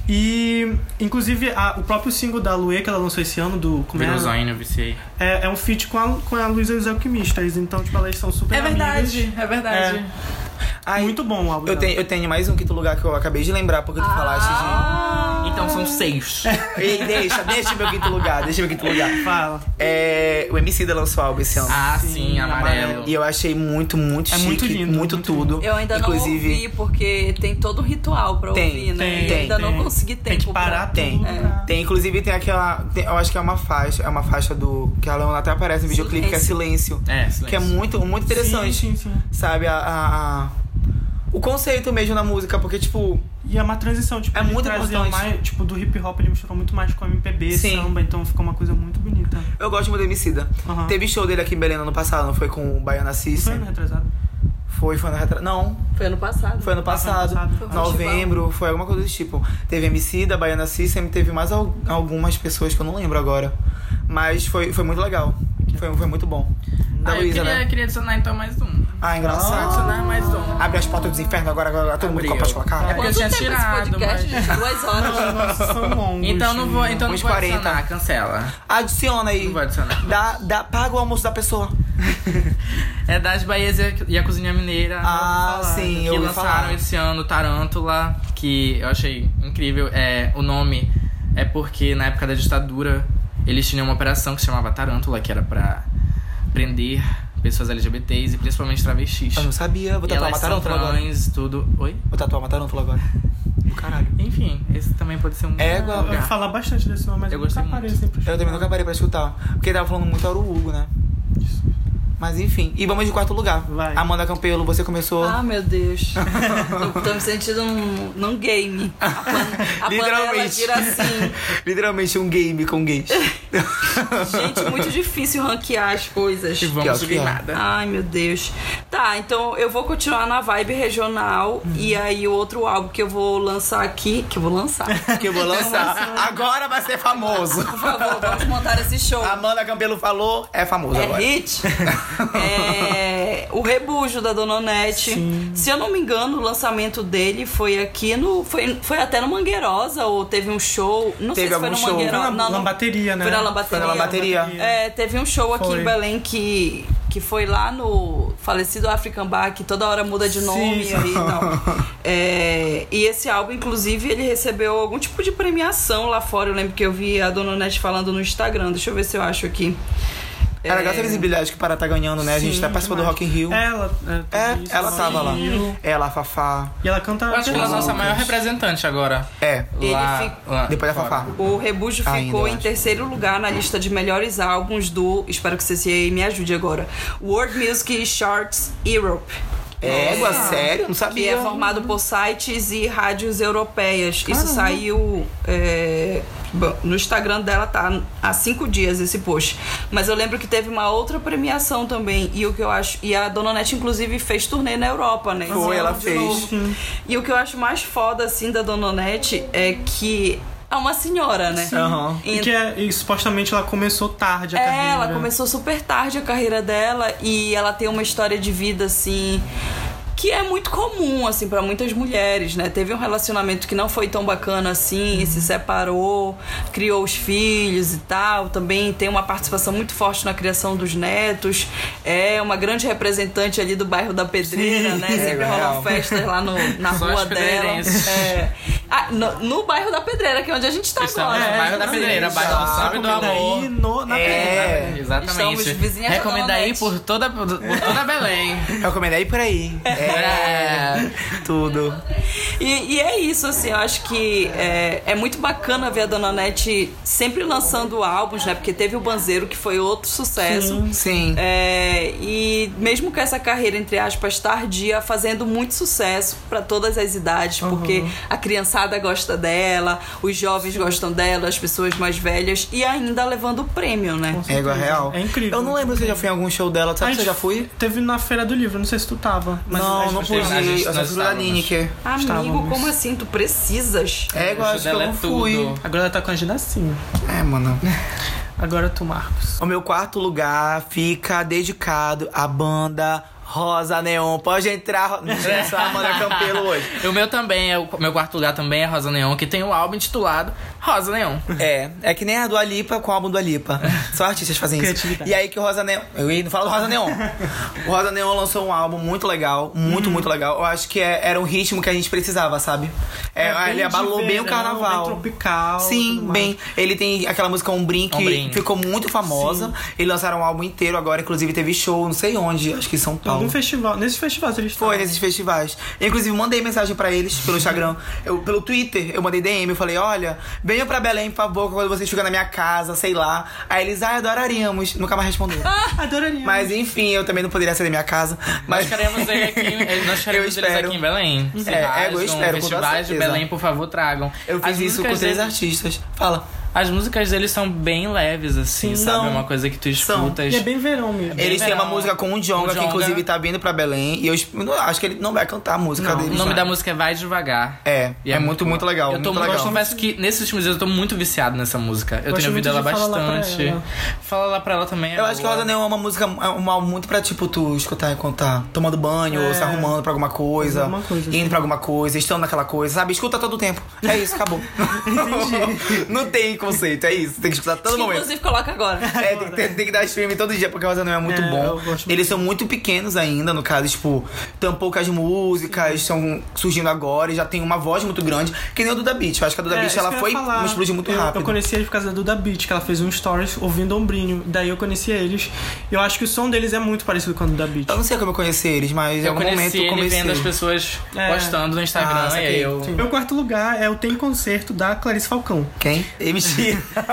S3: E, inclusive, a- o próprio single da Luê que ela lançou esse ano, do. Como é?
S4: Venusaine, eu viciei.
S3: É, é um feat com a, com a Luísa e os Alquimistas, então, tipo, elas são super amigas.
S4: é
S3: verdade.
S1: Ai,
S3: Muito bom o álbum
S1: eu,
S3: dela.
S1: tenho, eu tenho mais um quinto lugar que eu acabei de lembrar, porque tu falaste
S3: Ah!
S4: Então são seis.
S1: de... Ei, deixa, deixa meu quinto lugar, deixa meu quinto lugar.
S3: Fala.
S1: É, o MC da lançou álbum esse ano.
S4: Ah, sim,
S3: Sim,
S4: amarelo.
S3: amarelo.
S1: E eu achei muito, muito
S3: É
S1: chique,
S3: muito lindo,
S1: muito,
S3: muito
S1: tudo.
S2: Eu ainda
S1: Inclusive,
S2: não ouvi, porque tem todo um ritual pra
S1: Tem,
S2: ouvir, né?
S1: tem,
S2: e eu ainda
S3: tem.
S2: não consegui tempo
S3: Tem que parar
S2: Tipo, pra... É.
S1: Tem.
S3: tudo. pra-
S1: Tem, inclusive tem aquela. tem- eu acho que é uma faixa, é uma faixa do. Que a Leona até aparece no videoclipe, que é Silêncio.
S4: É, silêncio.
S1: Que é muito, muito interessante.
S3: Sim, sim, sim.
S1: Sabe, a, a- a- O conceito mesmo na música, porque, tipo,
S3: E é uma transição, tipo,
S1: É
S3: ele
S1: muito
S3: trazia
S1: importante.
S3: mais, tipo, do hip hop ele misturou muito mais com MPB,
S1: Sim.
S3: samba, então ficou uma coisa muito bonita.
S1: eu gosto muito do Emicida.
S3: Aham.
S1: Teve show dele aqui em Belém no ano passado, não foi com o Baiana
S3: Foi né,
S1: System?
S3: ano retrasado?
S1: Foi, foi no retra... Não,
S2: Foi ano passado.
S1: foi ano passado.
S3: passado.
S2: Foi um
S1: novembro, foi alguma coisa desse tipo. Teve Emicida, Baiana System, teve mais al- algumas pessoas que eu não lembro agora. Mas foi, foi muito legal. Foi, foi muito bom. da
S4: Ah, eu
S1: Luísa,
S4: queria,
S1: né?
S4: queria adicionar então mais um.
S1: Ah, engraçado.
S4: Adicionar mais um.
S1: Abre as portas dos infernos agora, agora todo mundo
S4: Abriu.
S1: com a paz pra cá.
S4: É porque eu
S2: Quanto
S4: tinha
S2: tempo
S4: tirado,
S2: esse podcast,
S4: mas-
S2: gente? Duas horas.
S3: Nossa,
S1: (laughs)
S3: são longos.
S4: Então não vou, então não
S1: Uns
S4: vou
S1: 40.
S4: adicionar, cancela.
S1: Adiciona aí.
S4: Não vou adicionar.
S1: Dá, dá, paga o almoço da pessoa.
S4: É das Bahias e a- e a Cozinha Mineira.
S1: Ah,
S4: eu ouvi falar,
S1: sim,
S4: Que
S1: eu ouvi
S4: lançaram
S1: falar.
S4: esse ano Tarântula, que eu achei incrível. É, o nome é porque na época da ditadura eles tinham uma operação que se chamava Tarântula, que era pra prender pessoas LGBTs e principalmente travestis.
S1: Eu não sabia. Vou
S4: E
S1: tatuar
S4: elas
S1: uma
S4: são
S1: tarântula agora.
S4: trans, tudo. Oi?
S1: Vou tatuar uma tarântula agora. Do caralho.
S4: Enfim, esse também pode ser um.
S1: É igual-
S3: Eu ia
S4: lugar.
S3: falar bastante desse nome, mas
S4: Eu
S3: eu
S4: gostei
S3: nunca
S4: muito.
S3: parei sempre.
S1: Eu também nunca parei pra escutar. Porque tava falando muito era o Hugo, né? Mas enfim. E vamos de quarto lugar.
S3: Vai.
S1: Amanda Campelo, você começou.
S2: Ah, meu Deus. Eu tô me sentindo num, num game.
S4: (laughs)
S2: A, pan, a panela
S1: Literalmente.
S2: vira assim.
S1: Literalmente um game com
S4: (laughs)
S1: gays.
S2: Gente, muito difícil ranquear as coisas.
S4: E
S1: Que é o
S4: vamos
S1: que
S4: subir
S1: é.
S4: nada.
S2: Ai, meu Deus. Tá, então eu vou continuar na vibe regional.
S4: Uhum.
S2: E aí, o outro álbum que eu vou lançar aqui. Que eu vou lançar.
S1: que eu vou lançar. Agora vai ser famoso.
S2: Por favor, vamos montar esse show.
S1: Amanda Campelo falou, é famoso
S2: É
S1: agora.
S3: (laughs)
S2: hit. É, o Rebujo da Dona Onete. Se eu não me engano, o lançamento dele foi aqui no. Foi, foi até no Mangueirosa, ou teve um show. Não
S1: Teve
S2: sei se foi
S1: algum
S2: no
S1: show.
S2: Mangueirosa.
S3: Foi na
S2: não, não.
S3: Lambateria, né?
S2: Foi na
S3: Foi na
S2: Lambateria.
S1: Foi na bateria.
S2: É, teve um show aqui
S3: Foi.
S2: em Belém que, que foi lá no falecido African Bar, que toda hora muda de
S3: Sim,
S2: nome
S3: sim.
S2: aí e
S3: (laughs)
S2: tal. É, e esse álbum, inclusive, ele recebeu algum tipo de premiação lá fora. Eu lembro que eu vi a Dona Onete falando no Instagram. Deixa eu ver se eu acho aqui. É,
S1: Era graças à visibilidade que o Pará tá ganhando, né? a gente tá participando do Rock in Rio. É,
S3: Ela, é, tudo isso,
S1: ela tava É lá.
S3: Rio.
S1: Ela, a Fafá.
S3: E ela canta.
S4: Eu acho que ela é a nossa maior representante agora.
S1: É.
S2: Ele
S4: lá,
S2: fica-
S4: lá
S1: Depois da
S4: fora.
S1: Fafá.
S2: O Rebujo
S1: Ainda, eu
S2: ficou em
S1: acho.
S2: terceiro lugar na lista de melhores álbuns do. Espero que você me ajude agora. World Music Charts Europe.
S1: Égua, É, sério? Não
S2: Que
S1: sabia.
S2: é formado por sites e rádios europeias. Isso saiu. é, bom, no Instagram dela tá há cinco dias esse post. Mas eu lembro que teve uma outra premiação também. E o que eu acho. E a Dona Nete, inclusive, fez turnê na Europa, né?
S1: Foi,
S2: Esse
S1: ela
S2: ano de
S1: fez. Uhum.
S2: novo. E o que eu acho mais foda, assim, da Dona Nete é que. É uma senhora, né?
S1: Aham.
S3: E
S2: Então-
S3: que é, e supostamente ela começou tarde a carreira.
S2: é, ela começou super tarde a carreira dela e ela tem uma história de vida assim que é muito comum assim pra muitas mulheres, né? Teve um relacionamento que não foi tão bacana assim, se separou, criou os filhos e tal. Também tem uma participação muito forte na criação dos netos. É uma grande representante ali do bairro da Pedreira, né?
S1: é
S2: Sempre
S1: real.
S2: rolam festas lá no, na
S4: Só
S2: rua
S4: as
S2: dela.
S4: pedreirenses.
S2: É. Ah, no, no bairro da Pedreira, que é onde a gente tá
S4: Estamos
S2: agora.
S4: no bairro da
S2: inclusive.
S4: Pedreira,
S1: né?
S4: bairro do Salve do Amor.
S3: Daí no, na
S1: É.
S4: Exatamente.
S2: Estamos
S4: Exatamente.
S2: vizinhas da
S4: Recomenda
S2: Dona
S4: aí
S2: Beth.
S4: por toda, por toda Belém.
S1: Recomendo aí por aí.
S4: É.
S1: Tudo.
S2: E, e é isso, assim, eu acho que é, é muito bacana ver a Dona Nete sempre lançando álbuns, né? Porque teve o Banzeiro, que foi outro sucesso.
S1: Sim.
S2: É, e mesmo com essa carreira, entre aspas, tardia, fazendo muito sucesso pra todas as idades, porque a criançada gosta dela, os jovens gostam dela, as pessoas mais velhas, e ainda levando o prêmio, né?
S1: É igual real.
S3: É incrível.
S1: Eu não lembro se eu já fui em algum show dela.
S3: A
S1: Sabe se eu
S3: gente
S1: já fui?
S3: Teve na Feira do Livro, não sei se tu tava. Mas a
S1: Não,
S3: gente
S1: não
S4: foi
S1: fui.
S4: lá, a gente
S1: Eu só
S4: nós
S1: fui da
S4: estávamos.
S1: Lineker.
S2: Amigo,
S3: Estávamos.
S2: como assim? Tu precisas?
S1: É igual,
S4: O
S1: acho que
S4: show
S1: eu
S4: dela
S1: não
S4: é tudo.
S1: fui.
S3: Agora ela tá com a agenda assim.
S1: É, (laughs) mano.
S3: Agora tu, Marcos.
S1: O meu quarto lugar fica dedicado à banda Rosa Neon. Pode entrar, gente, só Amanda Campelo hoje.
S4: E O meu também, é o meu quarto lugar também é Rosa Neon, que tem um álbum intitulado Rosa Neon.
S1: É, é que nem a do Alipa com o álbum do Alipa. Só artistas fazem isso.
S3: Criatividade.
S1: E aí que o Rosa Neon. Eu ia- não falo do Rosa Neon. O Rosa Neon lançou um álbum muito legal, muito,
S3: Uhum.
S1: muito legal. Eu acho que é- era um ritmo que a gente precisava, sabe? É,
S3: bem
S1: ele abalou
S3: de
S1: bem o
S3: verão,
S1: carnaval.
S3: Bem tropical.
S1: Sim,
S3: tudo mais.
S1: bem. Ele tem aquela música Ombrim que
S4: Ombrim.
S1: ficou muito famosa. Eles lançaram um álbum inteiro agora, inclusive teve show, não sei onde, acho que em São Paulo.
S3: Algum Então, festival. Nesse festival eles
S1: Foi
S3: estavam.
S1: nesses festivais. Eu, inclusive, mandei mensagem pra eles pelo Instagram, eu, pelo Twitter. Eu mandei DM, eu falei: olha, venham pra Belém, por favor, quando vocês ficam na minha casa, sei lá. Aí eles, ah, adoraríamos. Nunca mais responderam.
S4: Ah.
S3: Adoraria.
S1: Mas enfim, eu também não poderia ser da minha casa.
S4: Nós
S1: Mas
S4: queremos
S1: (laughs)
S4: ele aqui, né? nós
S1: Eu
S4: queremos eles
S1: espero.
S4: aqui em Belém.
S1: É, é, eu espero, com toda
S4: Festivais de
S1: certeza.
S4: Belém, por favor, tragam.
S1: eu
S4: As
S1: fiz isso com
S4: músicas
S1: três
S4: dele-
S1: artistas. Fala.
S4: As músicas deles são bem leves, assim,
S3: Sim,
S4: sabe?
S3: não.
S4: É uma coisa que tu
S1: São.
S4: escutas.
S3: E é bem verão mesmo.
S4: É.
S1: Eles têm uma
S4: verão.
S1: música com o Djonga,
S4: Com o
S1: que
S4: Djonga.
S1: inclusive tá vindo pra Belém. E eu esp- não, acho que ele não vai cantar a música
S4: Não,
S1: deles.
S4: o nome
S1: né?
S4: da música é Vai Devagar.
S1: É,
S4: E
S1: é, muito,
S4: Tá boa.
S1: muito legal.
S4: Eu, tô,
S1: muito
S4: eu
S1: legal.
S4: confesso que nesses últimos dias eu tô muito viciado nessa música. Eu
S3: Gosto
S4: tenho ouvido ela
S3: muito de Fala Lá Pra
S4: bastante.
S3: Ela. né?
S4: Fala lá pra ela também. é
S1: Eu acho que
S4: boa.
S1: Roda Neon é uma música é um álbum muito pra, tipo, tu escutar enquanto tá tomando banho, ou se arrumando pra alguma coisa,
S3: É. Alguma coisa,
S1: indo
S3: sim.
S1: pra alguma coisa, estando naquela coisa, sabe? Escuta todo o tempo. É isso, acabou. Entendi. (laughs) não tem conceito, é isso. Tem que escutar todo
S2: Que,
S1: momento.
S2: inclusive, coloca agora.
S1: É, tem que, ter- tem que dar stream todo dia, porque o Rosa não é muito
S3: É, eu
S1: bom.
S3: gosto muito.
S1: Eles são muito pequenos ainda, no caso, tipo, tão poucas músicas estão surgindo agora e já tem uma voz muito grande, que nem o Duda Beat. Eu acho que a Duda
S3: É,
S1: Beat
S3: isso
S1: ela
S3: que eu
S1: foi
S3: ia falar.
S1: explodiu muito
S3: eu,
S1: rápido.
S3: Eu conheci eles por causa da Duda Beat, que ela fez um stories ouvindo Ombrinho. Daí eu conheci eles. Eu acho que o som deles é muito parecido com o Duda Beat.
S1: Eu não sei como eu conheci eles, mas em
S4: Eu
S1: algum momento
S4: conheci
S1: eu
S4: ele
S1: comecei.
S4: vendo as pessoas
S3: É.
S4: postando no Instagram.
S1: Ah,
S4: e
S1: saquei.
S4: aí eu.
S3: Meu quarto lugar é o Tem Concerto da
S1: (laughs)
S3: Clarice Falcão.
S1: Quem? MG.
S3: A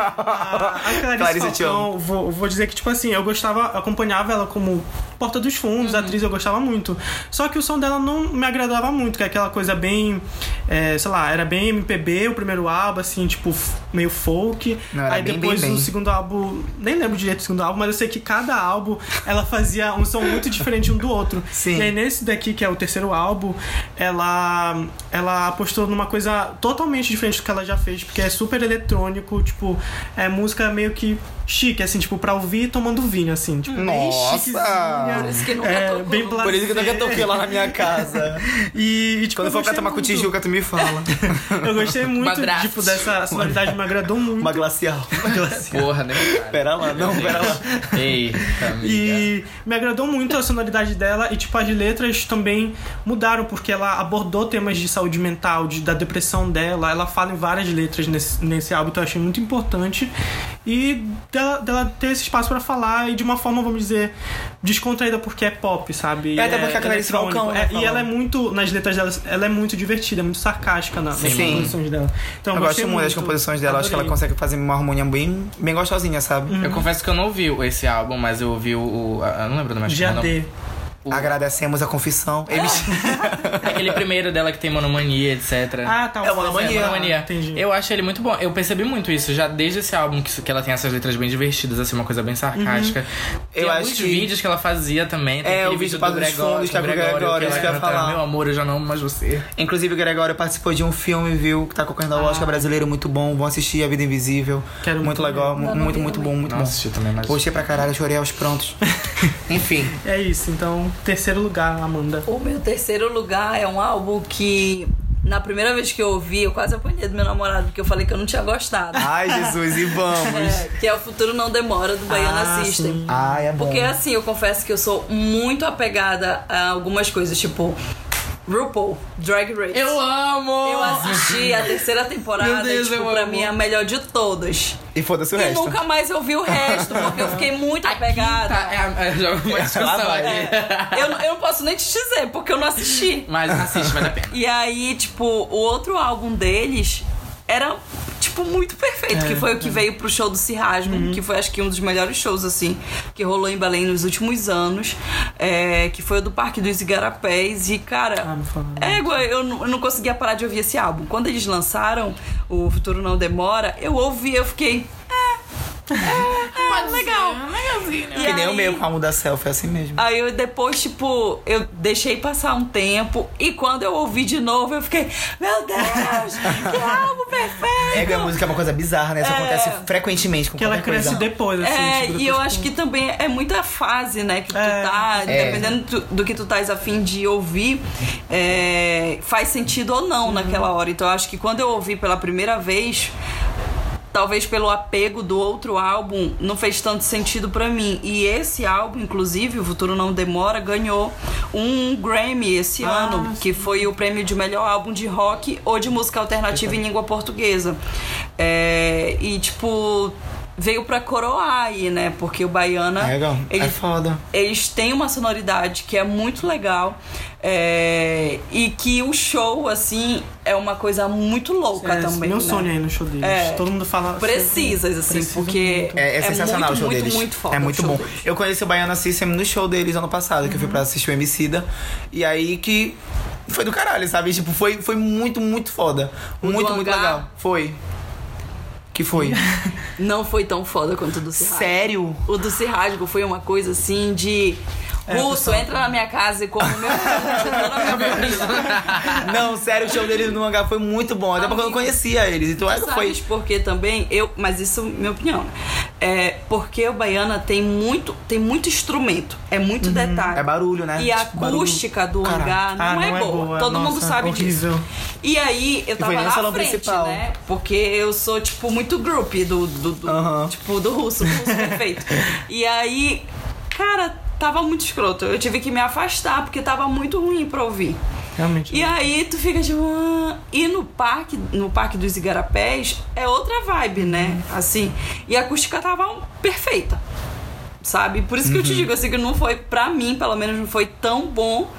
S3: Clarice,
S1: Clarice, eu te
S3: Falcão, vou, vou dizer que, tipo assim, eu gostava, acompanhava ela como Porta dos Fundos,
S1: Uhum.
S3: atriz, eu gostava muito. Só que o som dela não me agradava muito, que é aquela coisa bem, é, sei lá, era bem MPB, o primeiro álbum, assim, tipo, f- meio folk.
S1: Não, era
S3: Aí
S1: bem,
S3: depois
S1: bem,
S3: o
S1: bem.
S3: segundo álbum, nem lembro direito do segundo álbum, mas eu sei que cada álbum ela fazia um som muito diferente um do outro.
S1: Sim.
S3: E aí nesse daqui, que é o terceiro álbum, ela, ela apostou numa coisa totalmente diferente do que ela já fez, porque é super eletrônico, tipo, é música meio que chique, assim, tipo, pra ouvir tomando vinho, assim, tipo, bem
S1: Nossa!
S3: chiquezinha.
S2: Por isso que nunca
S3: É,
S2: tocou.
S3: bem
S2: Por
S1: Por isso que eu
S3: blasé.
S1: nunca toquei lá na minha casa.
S3: E, e, tipo,
S1: Quando
S3: eu
S1: for pra
S3: gostei
S1: tomar com
S3: muito.
S1: Tijuca, tu me fala.
S3: Eu gostei muito,
S4: Madraço.
S3: tipo, dessa sonoridade, me agradou muito.
S1: Uma glacial.
S4: Porra, né? cara?
S1: Pera lá, não, pera lá. (laughs)
S4: Eita, amiga.
S3: E me agradou muito a sonoridade dela e, tipo, as letras também mudaram, porque ela abordou temas de saúde mental, de, da depressão dela. Ela fala em várias letras nesse, nesse álbum, então eu achei muito importante. E dela, dela ter esse espaço pra falar e de uma forma, vamos dizer, descontraída, porque é pop, sabe? E
S1: É, até porque a Clarice
S3: eletrônico.
S1: Falcão, né,
S3: É,
S1: falando.
S3: E ela é muito, nas letras dela, ela é muito divertida, é muito sarcástica na- nas
S1: Sim.
S3: composições dela. Então,
S1: Eu,
S3: eu
S1: gosto
S3: gostei
S1: muito, das composições dela, acho que ela
S3: Adorei.
S1: consegue fazer uma harmonia bem, bem gostosinha, sabe?
S4: Eu confesso que eu não ouvi o- esse álbum, mas eu ouvi o. o- a- eu não lembro do mais como é o nome.
S3: GAD.
S4: O-
S1: Agradecemos a confissão. MG.
S4: É Aquele primeiro dela que tem monomania, etc.
S3: Ah, tá.
S1: É uma
S3: pois
S1: mania.
S4: Monomania.
S3: Entendi.
S4: Eu acho ele muito bom. Eu percebi muito isso já desde esse álbum, que, isso- que ela tem essas letras bem divertidas, assim, uma coisa bem sarcástica. Tem
S1: Uhum. Eu
S4: alguns
S1: acho que-
S4: vídeos que ela fazia também. Tem
S1: É,
S4: aquele
S1: o vídeo
S4: do
S1: Padre dos
S4: Gregório-
S1: Fundos, que é
S4: do
S1: com o Gregório,
S4: ela
S1: isso que eu ia
S4: canta,
S1: falar.
S4: Meu amor, eu já não amo mais você.
S1: Inclusive, o Gregório participou de um filme, viu? Que tá concorrendo ao Oscar brasileiro, muito bom. Vão assistir A Vida Invisível.
S3: Quero
S1: muito
S3: muito
S1: legal, mu- muito, muito bom, muito
S4: Não
S1: bom.
S4: assisti também, mas.
S1: Gostei pra caralho, chorei aos prontos. Enfim.
S3: É isso, então, terceiro lugar, Amanda.
S2: O meu terceiro lugar é um álbum que, na primeira vez que eu ouvi, eu quase apanhei do meu namorado, porque eu falei que eu não tinha gostado.
S4: Ah,
S1: Ai, Jesus, e vamos.
S2: É, que é O Futuro Não Demora, do Baiana
S3: Ah,
S2: System.
S3: sim.
S1: Ai, é bom.
S2: Porque assim, eu confesso que eu sou muito apegada a algumas coisas, tipo RuPaul, Drag Race.
S4: Eu amo!
S2: Eu assisti a terceira temporada,
S4: Meu Deus,
S2: e, tipo,
S4: eu
S2: pra
S4: amo.
S2: mim é a melhor de todas.
S1: E foda-se o
S2: E
S1: resto.
S2: nunca mais eu vi o resto, porque eu fiquei
S4: (laughs)
S2: muito apegada.
S4: Tá, é, é,
S1: (laughs)
S4: já houve uma discussão
S1: vai.
S4: aqui.
S2: É, eu, não- eu não posso nem te dizer, porque eu não assisti.
S4: Mas assiste, vale a pena.
S2: E aí, tipo, o outro álbum deles era, tipo, muito perfeito.
S1: É,
S2: que foi o que veio pro show do Cirrasmo,
S1: Uhum.
S2: que foi acho que um dos melhores shows, assim, que rolou em Belém nos últimos anos. é, que foi o do Parque dos Igarapés. E, cara.
S3: Ah, me fala.
S2: Égua, eu não, eu não conseguia parar de ouvir esse álbum. Quando eles lançaram O Futuro Não Demora, eu ouvi, eu fiquei. É, é, é legal. E
S1: Que nem o
S2: aí-
S1: meu com a muda selfie, é assim mesmo.
S2: Aí eu depois, tipo, eu deixei passar um tempo e quando eu ouvi de novo, eu fiquei, meu Deus, que álbum
S1: É,
S2: perfeito!
S1: a música é uma coisa bizarra, né? Isso
S2: É.
S1: acontece frequentemente com
S3: Que ela
S1: qualquer
S3: cresce
S1: coisa.
S3: depois, assim.
S2: É,
S3: tipo,
S2: e eu
S3: depois
S2: acho
S3: com-
S2: que também é muita fase, né, que tu
S3: É.
S2: tá,
S1: É.
S2: dependendo tu- do que tu estás a fim de ouvir, é, faz sentido ou não naquela hora. Então eu acho que quando eu ouvi pela primeira vez, talvez pelo apego do outro álbum, não fez tanto sentido pra mim. E esse álbum, inclusive, O Futuro Não Demora, ganhou um Grammy esse
S3: Ah,
S2: ano, que foi o prêmio de melhor álbum de rock ou de música alternativa em língua portuguesa. É, e, tipo, veio pra coroar aí, né? Porque o Baiana.
S1: É legal. É
S2: ele-
S1: foda.
S2: eles têm uma sonoridade que é muito legal é, e que o show, assim, é uma coisa muito louca
S3: É,
S2: também.
S3: Meu
S2: né?
S3: sonho aí no show deles.
S2: É.
S3: Todo mundo fala.
S2: Precisas, assim, porque
S1: É, é sensacional
S2: muito,
S1: o show
S2: muito,
S1: deles.
S2: muito foda
S1: é
S2: o
S1: muito
S2: show
S1: bom.
S2: deles. Uhum.
S1: Eu conheci o Baiana System no show deles ano passado, que eu fui pra assistir o Emicida. E aí que foi do caralho, sabe? Tipo, foi, foi muito, muito foda.
S2: do
S1: muito, muito
S2: hangar?
S1: legal. Foi. que
S2: (laughs)
S1: foi?
S2: Não foi tão foda quanto o do Cirrasco.
S1: Sério?
S2: O do Cirrasco foi uma coisa assim de.
S1: É,
S2: Russo, entra na minha casa e come
S1: (laughs)
S2: meu toda a minha comida.
S1: Não, sério, o show deles no hangar foi muito bom. Até porque eu não
S2: Amigo.
S1: conhecia eles. Então é que foi.
S2: Sabes por que também? Eu, mas isso é minha opinião. É porque o baiana tem muito, tem muito instrumento, é muito detalhe.
S1: É barulho, né?
S2: E a
S1: Tipo, barulho.
S2: acústica do
S1: Caraca.
S2: hangar não,
S3: Ah,
S2: é, boa. Todo mundo
S3: Nossa,
S2: sabe
S3: horrível.
S2: disso. E aí, eu tava
S1: nem no
S2: lá na
S1: salão
S2: frente,
S1: principal.
S2: né? Porque eu sou, tipo, muito group do, do, do-
S1: Aham.
S2: tipo, do russo, do russo perfeito. E aí, cara, tava muito escroto. Eu tive que me afastar, porque tava muito ruim pra ouvir.
S3: Realmente.
S2: E aí tu fica tipo. "Ah". E no parque, no parque dos igarapés, é outra vibe, né? Assim. E a acústica tava perfeita. Sabe? Por isso que eu te digo, assim, que não foi, pra mim, pelo menos, não foi tão bom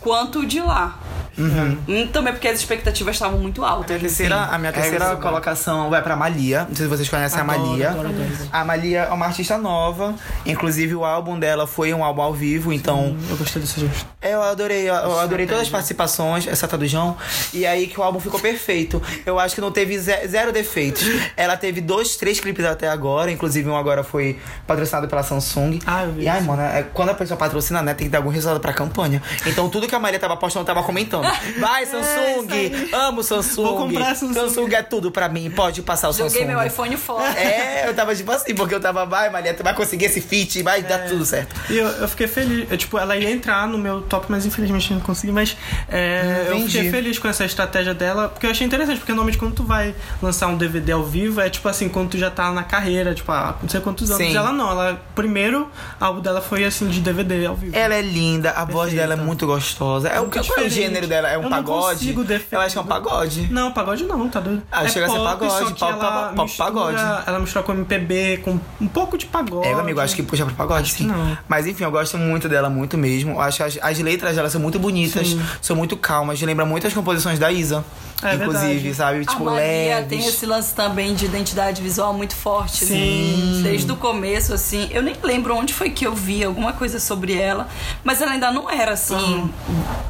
S2: quanto o de lá. Hum, Também porque as expectativas estavam muito
S1: A minha
S2: altas.
S1: terceira, a minha terceira colocação vai pra Malia. Não sei se vocês conhecem
S3: É Adoro,
S1: a Malia.
S3: adoro, adoro.
S1: A Malia é uma artista nova. Inclusive, o álbum dela foi um álbum ao vivo. Então,
S3: Eu gostei desse gesto.
S1: Eu adorei, eu adorei todas as participações, essa tá do João. E aí que o álbum ficou perfeito. Eu acho que não teve ze- zero
S3: (laughs)
S1: defeitos. Ela teve dois, três clipes até agora, inclusive um agora foi patrocinado pela Samsung.
S3: Ah, eu vi
S1: E ai,
S3: isso.
S1: mano, é- quando a pessoa patrocina, né, tem que dar algum resultado pra campanha. Então tudo que a Maria tava postando, eu tava
S3: (laughs)
S1: comentando. Vai, Samsung! amo Samsung!
S3: É, Vou comprar Samsung.
S1: Samsung é tudo pra mim, pode passar o
S2: Joguei
S1: Samsung.
S2: meu
S1: (laughs)
S2: iPhone fora.
S1: É, eu tava tipo assim, porque eu tava, vai, Maria, tu vai conseguir esse fit, vai
S3: É.
S1: dar tudo certo.
S3: E eu, eu fiquei feliz. Eu, tipo, ela ia entrar no meu top, mas infelizmente eu não consegui. Mas é, eu
S1: Entendi.
S3: fiquei feliz com essa estratégia dela, porque eu achei interessante. Porque normalmente quando tu vai lançar um DVD ao vivo, é tipo assim, quando tu já tá na carreira, tipo, há não sei quantos anos.
S1: Sim.
S3: Ela não, ela. Primeiro álbum dela foi assim, de DVD ao vivo.
S1: Ela é linda, a voz
S3: Perfeita.
S1: dela é muito gostosa. É o que
S3: Muito
S1: qual é o
S3: diferente.
S1: gênero dela? É um
S3: Eu não
S1: pagode?
S3: consigo defender.
S1: Eu acho que é um pagode.
S3: Não, pagode não, tá doido?
S1: Ah, chega a ser
S3: pop,
S1: pagode,
S3: só que
S1: pop,
S3: ela
S1: pop, pop,
S3: mistura-
S1: pagode.
S3: Ela mistura com MPB, com um pouco de pagode.
S1: É, meu amigo, acho que puxa pro pagode, sim.
S3: não.
S1: Mas enfim, eu gosto muito dela, muito mesmo. Eu acho as, as letras dela são muito bonitas, são muito calmas. Lembra muito as composições da Isa.
S3: É
S1: inclusive,
S3: verdade.
S1: sabe?
S2: A
S1: Tipo,
S2: Maria
S1: leves.
S2: tem esse lance também de identidade visual muito forte. né?
S3: Sim.
S2: Desde o começo, assim. Eu nem lembro onde foi que eu vi alguma coisa sobre ela, mas ela ainda não era assim,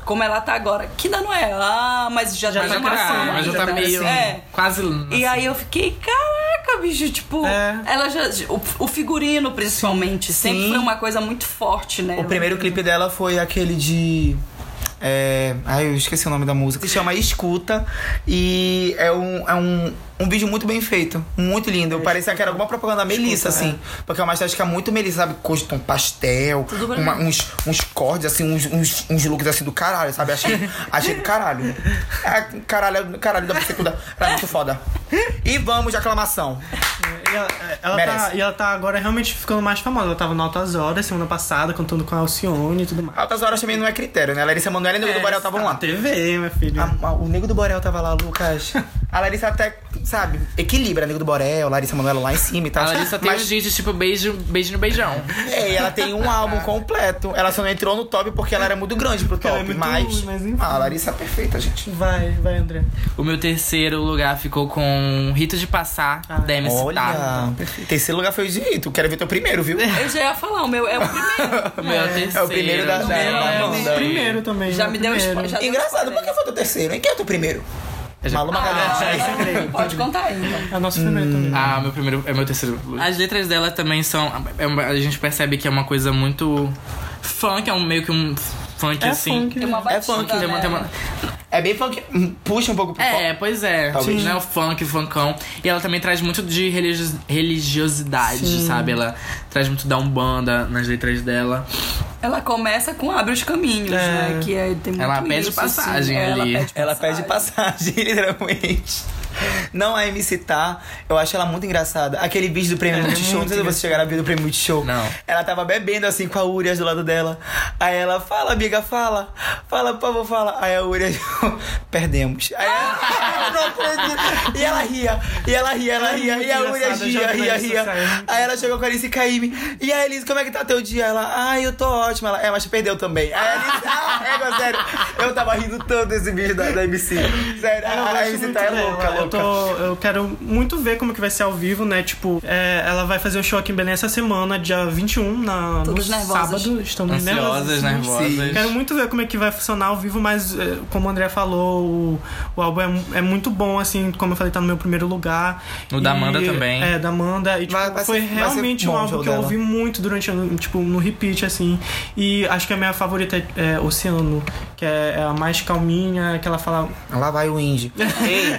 S2: como ela tá agora. Que ainda não é. Ah, mas já,
S3: Já
S2: tá,
S3: tá
S4: Já
S2: crescendo.
S4: tá, mas já
S3: já
S4: tá
S3: tá
S4: meio.
S2: crescendo. É.
S4: Quase.
S2: E aí eu fiquei, caraca, bicho, tipo,
S3: É.
S2: ela já. O, o figurino, principalmente, sempre
S1: Sim.
S2: foi uma coisa muito forte, né?
S1: O primeiro clipe dela foi aquele de. É... Ai, eu esqueci o nome da música. Se chama Escuta. E é um, é um, um vídeo muito bem feito. Muito lindo. Parecia que era alguma propaganda da Melissa, assim. Porque é uma estética muito Melissa, sabe? Costa um pastel,
S2: Tudo pra
S1: uma-
S2: mim.
S1: uns, uns cordes, assim, uns, uns, uns looks assim do caralho, sabe? Achei, achei do caralho. É, caralho, caralho da segunda. Era muito foda. E vamos de aclamação.
S3: né? E ela, ela tá,
S1: Merece.
S3: e ela tá agora realmente ficando mais famosa. Ela tava no Altas Horas semana passada, cantando com a Alcione e tudo mais.
S1: Altas horas também não é critério, né? Larissa Manoela e Nego do Borel estavam
S3: Tá
S1: lá. Ah.
S3: na TV, meu filho.
S1: A- a- o Nego do Borel tava lá, Lucas. A Larissa até, sabe, equilibra Nego do Borel, Larissa Manoela lá em cima e tal.
S4: A Larissa tem
S1: Mas-
S4: uns vídeos tipo beijo, beijo no beijão.
S1: É, e ela tem um álbum completo. Ela só não entrou no top porque ela era muito grande pro
S3: Ela
S1: top.
S3: é muito
S1: mas.
S3: ruim, mas enfim.
S1: Ah, a Larissa é perfeita, gente.
S3: Vai, vai, André.
S4: O meu terceiro lugar ficou com Rito de Passar,
S3: Ah,
S4: da MC Tá.
S1: Olha. Terceiro lugar foi o de Rito. Quero ver teu primeiro, viu?
S2: Eu já ia falar, o meu é o primeiro.
S4: O meu é o terceiro.
S1: É o primeiro da-
S4: gente.
S1: da-
S2: da
S1: banda.
S3: Primeiro também.
S2: Tá Já
S3: né?
S2: me deu um
S3: Primeiro.
S2: spoiler. já deu
S1: Engraçado,
S2: spoiler.
S1: por que foi teu terceiro, hein? Quem é o teu primeiro?
S4: Eu já-
S1: Malu Magalhães.
S2: Ah, pode contar aí, então.
S3: É o nosso
S1: Hum.
S3: primeiro também.
S4: Ah, meu primeiro. É meu terceiro. As letras dela também são. é uma- a gente percebe que é uma coisa muito. Funk, é um meio que um funk
S3: é
S4: assim.
S3: funk.
S2: Tem uma
S1: É
S2: batida,
S1: funk,
S4: Tem uma-
S2: né?
S4: tem uma-
S1: É bem funk. Puxa um pouco pro
S4: É, pois é.
S1: Talvez.
S4: Né, o funk, o funkão. E ela também traz muito de religio- religiosidade, sabe? Ela traz muito da Umbanda nas letras dela.
S2: Ela começa com abre os caminhos, né? Que é, tem muito
S4: Ela pede
S2: isso,
S4: passagem
S2: assim,
S4: ali.
S2: Ela pede
S1: Ela pede passagem, (laughs) literalmente. Não a MC tá, eu acho ela muito engraçada. Aquele vídeo do prêmio Multishow, não sei se vocês chegaram a ver do prêmio Multishow.
S4: Não.
S1: Ela tava bebendo assim com a Urias do lado dela. Aí ela, fala, amiga, fala. Fala, por favor, fala. Aí a Urias, (laughs) perdemos. Aí ela, "Ah, não acredito. E ela ria, e ela ria, ela
S3: É
S1: ria,
S3: muito
S1: e a Urias
S3: engraçada, eu
S1: ria,
S3: já vi
S1: ria,
S3: nas redes
S1: ria.
S3: sociais, é muito
S1: Aí ela chegou com a Alice e Caíme. E aí, Alice, como é que tá teu dia? Ela, ai, eu tô ótima. Ela, é, mas tu perdeu também. Aí a Alice, ah, é, sério. Eu tava rindo tanto desse vídeo da, da MC. Sério,
S3: Eu
S1: a,
S3: gosto
S1: MC
S3: muito
S1: tá é
S3: dela,
S1: louca,
S3: eu
S1: louca.
S3: tô- eu quero muito ver como que vai ser ao vivo, né? Tipo, é, ela vai fazer o show aqui em Belém essa semana, dia 21, na, no
S2: Todos né? nervosos.
S3: sábado. Estamos
S4: Ansiosas,
S3: nervosos.
S1: Sim.
S4: nervosas.
S3: Quero muito ver como é que vai funcionar ao vivo, mas é, como o André falou, o, o álbum é, mu- é muito bom, assim, como eu falei, tá no meu primeiro lugar.
S4: O da Amanda também.
S3: É, da Amanda. E, tipo,
S1: Vai- vai
S3: foi
S1: ser- vai ser
S3: realmente
S1: bom
S3: um
S1: o
S3: álbum
S1: show
S3: que eu
S1: dela.
S3: ouvi muito durante, ano, tipo, no repeat, assim. E acho que a minha favorita é, é Oceano, que é, é a mais calminha, que ela fala...
S1: Lá vai o
S3: (laughs)
S1: Indy. Ei,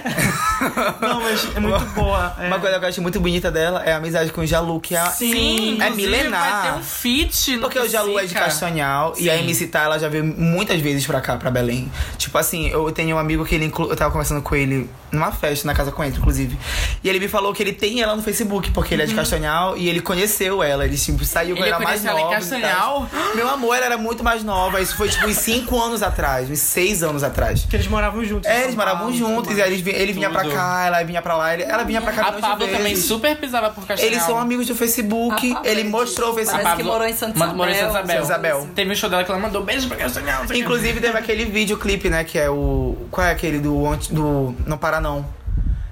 S3: Não, mas
S1: (laughs)
S3: é muito boa. é.
S1: Uma coisa que eu acho muito bonita dela é a amizade com o Jalu, que é a-
S4: Sim,
S1: É
S4: inclusive
S1: milenar.
S4: Vai ter um feat no
S1: Porque o Jalu é de
S4: Psica.
S1: Castanhal e a
S4: Sim.
S1: MC Tá, ela já veio muitas vezes pra cá, pra Belém. Tipo assim, eu tenho um amigo que ele inclu... eu tava conversando com ele numa festa, na casa com ele, inclusive. E ele me falou que ele tem ela no Facebook, porque ele é de Castanhal e ele conheceu ela. Ele tipo, saiu com
S4: Uhum. Ele
S1: ela mais
S4: conheceu ela
S1: nova.
S4: em
S1: e tal.
S4: Castanhal?
S1: Meu amor, ela era muito mais nova. Isso foi tipo uns 5 anos atrás, uns 6 anos atrás.
S3: Que eles moravam juntos. em
S1: É, eles
S3: São
S1: moravam
S3: Paulo, então
S1: juntos,
S3: tudo
S1: e
S3: mais.
S1: aí eles vi- ele vinha pra
S4: Tudo.
S1: cá, ela vinha pra lá, ele- ela vinha pra cá. um
S4: A
S1: milhões de
S4: Pablo também
S1: vezes.
S4: super pisava por Castanhal.
S1: Eles são amigos do Facebook,
S2: A Pablo
S1: ele
S2: é de-
S1: mostrou o
S2: parece
S1: Facebook.
S2: que morou em Santa
S4: Mas morou em
S2: Isabel.
S4: Santa Isabel.
S1: Santa Isabel.
S4: Teve um show dela que ela mandou beijo pra Castanhal. não sei o que.
S1: Inclusive teve aquele videoclipe, né? Que é o. Qual é aquele do. ont- do não Pará Não.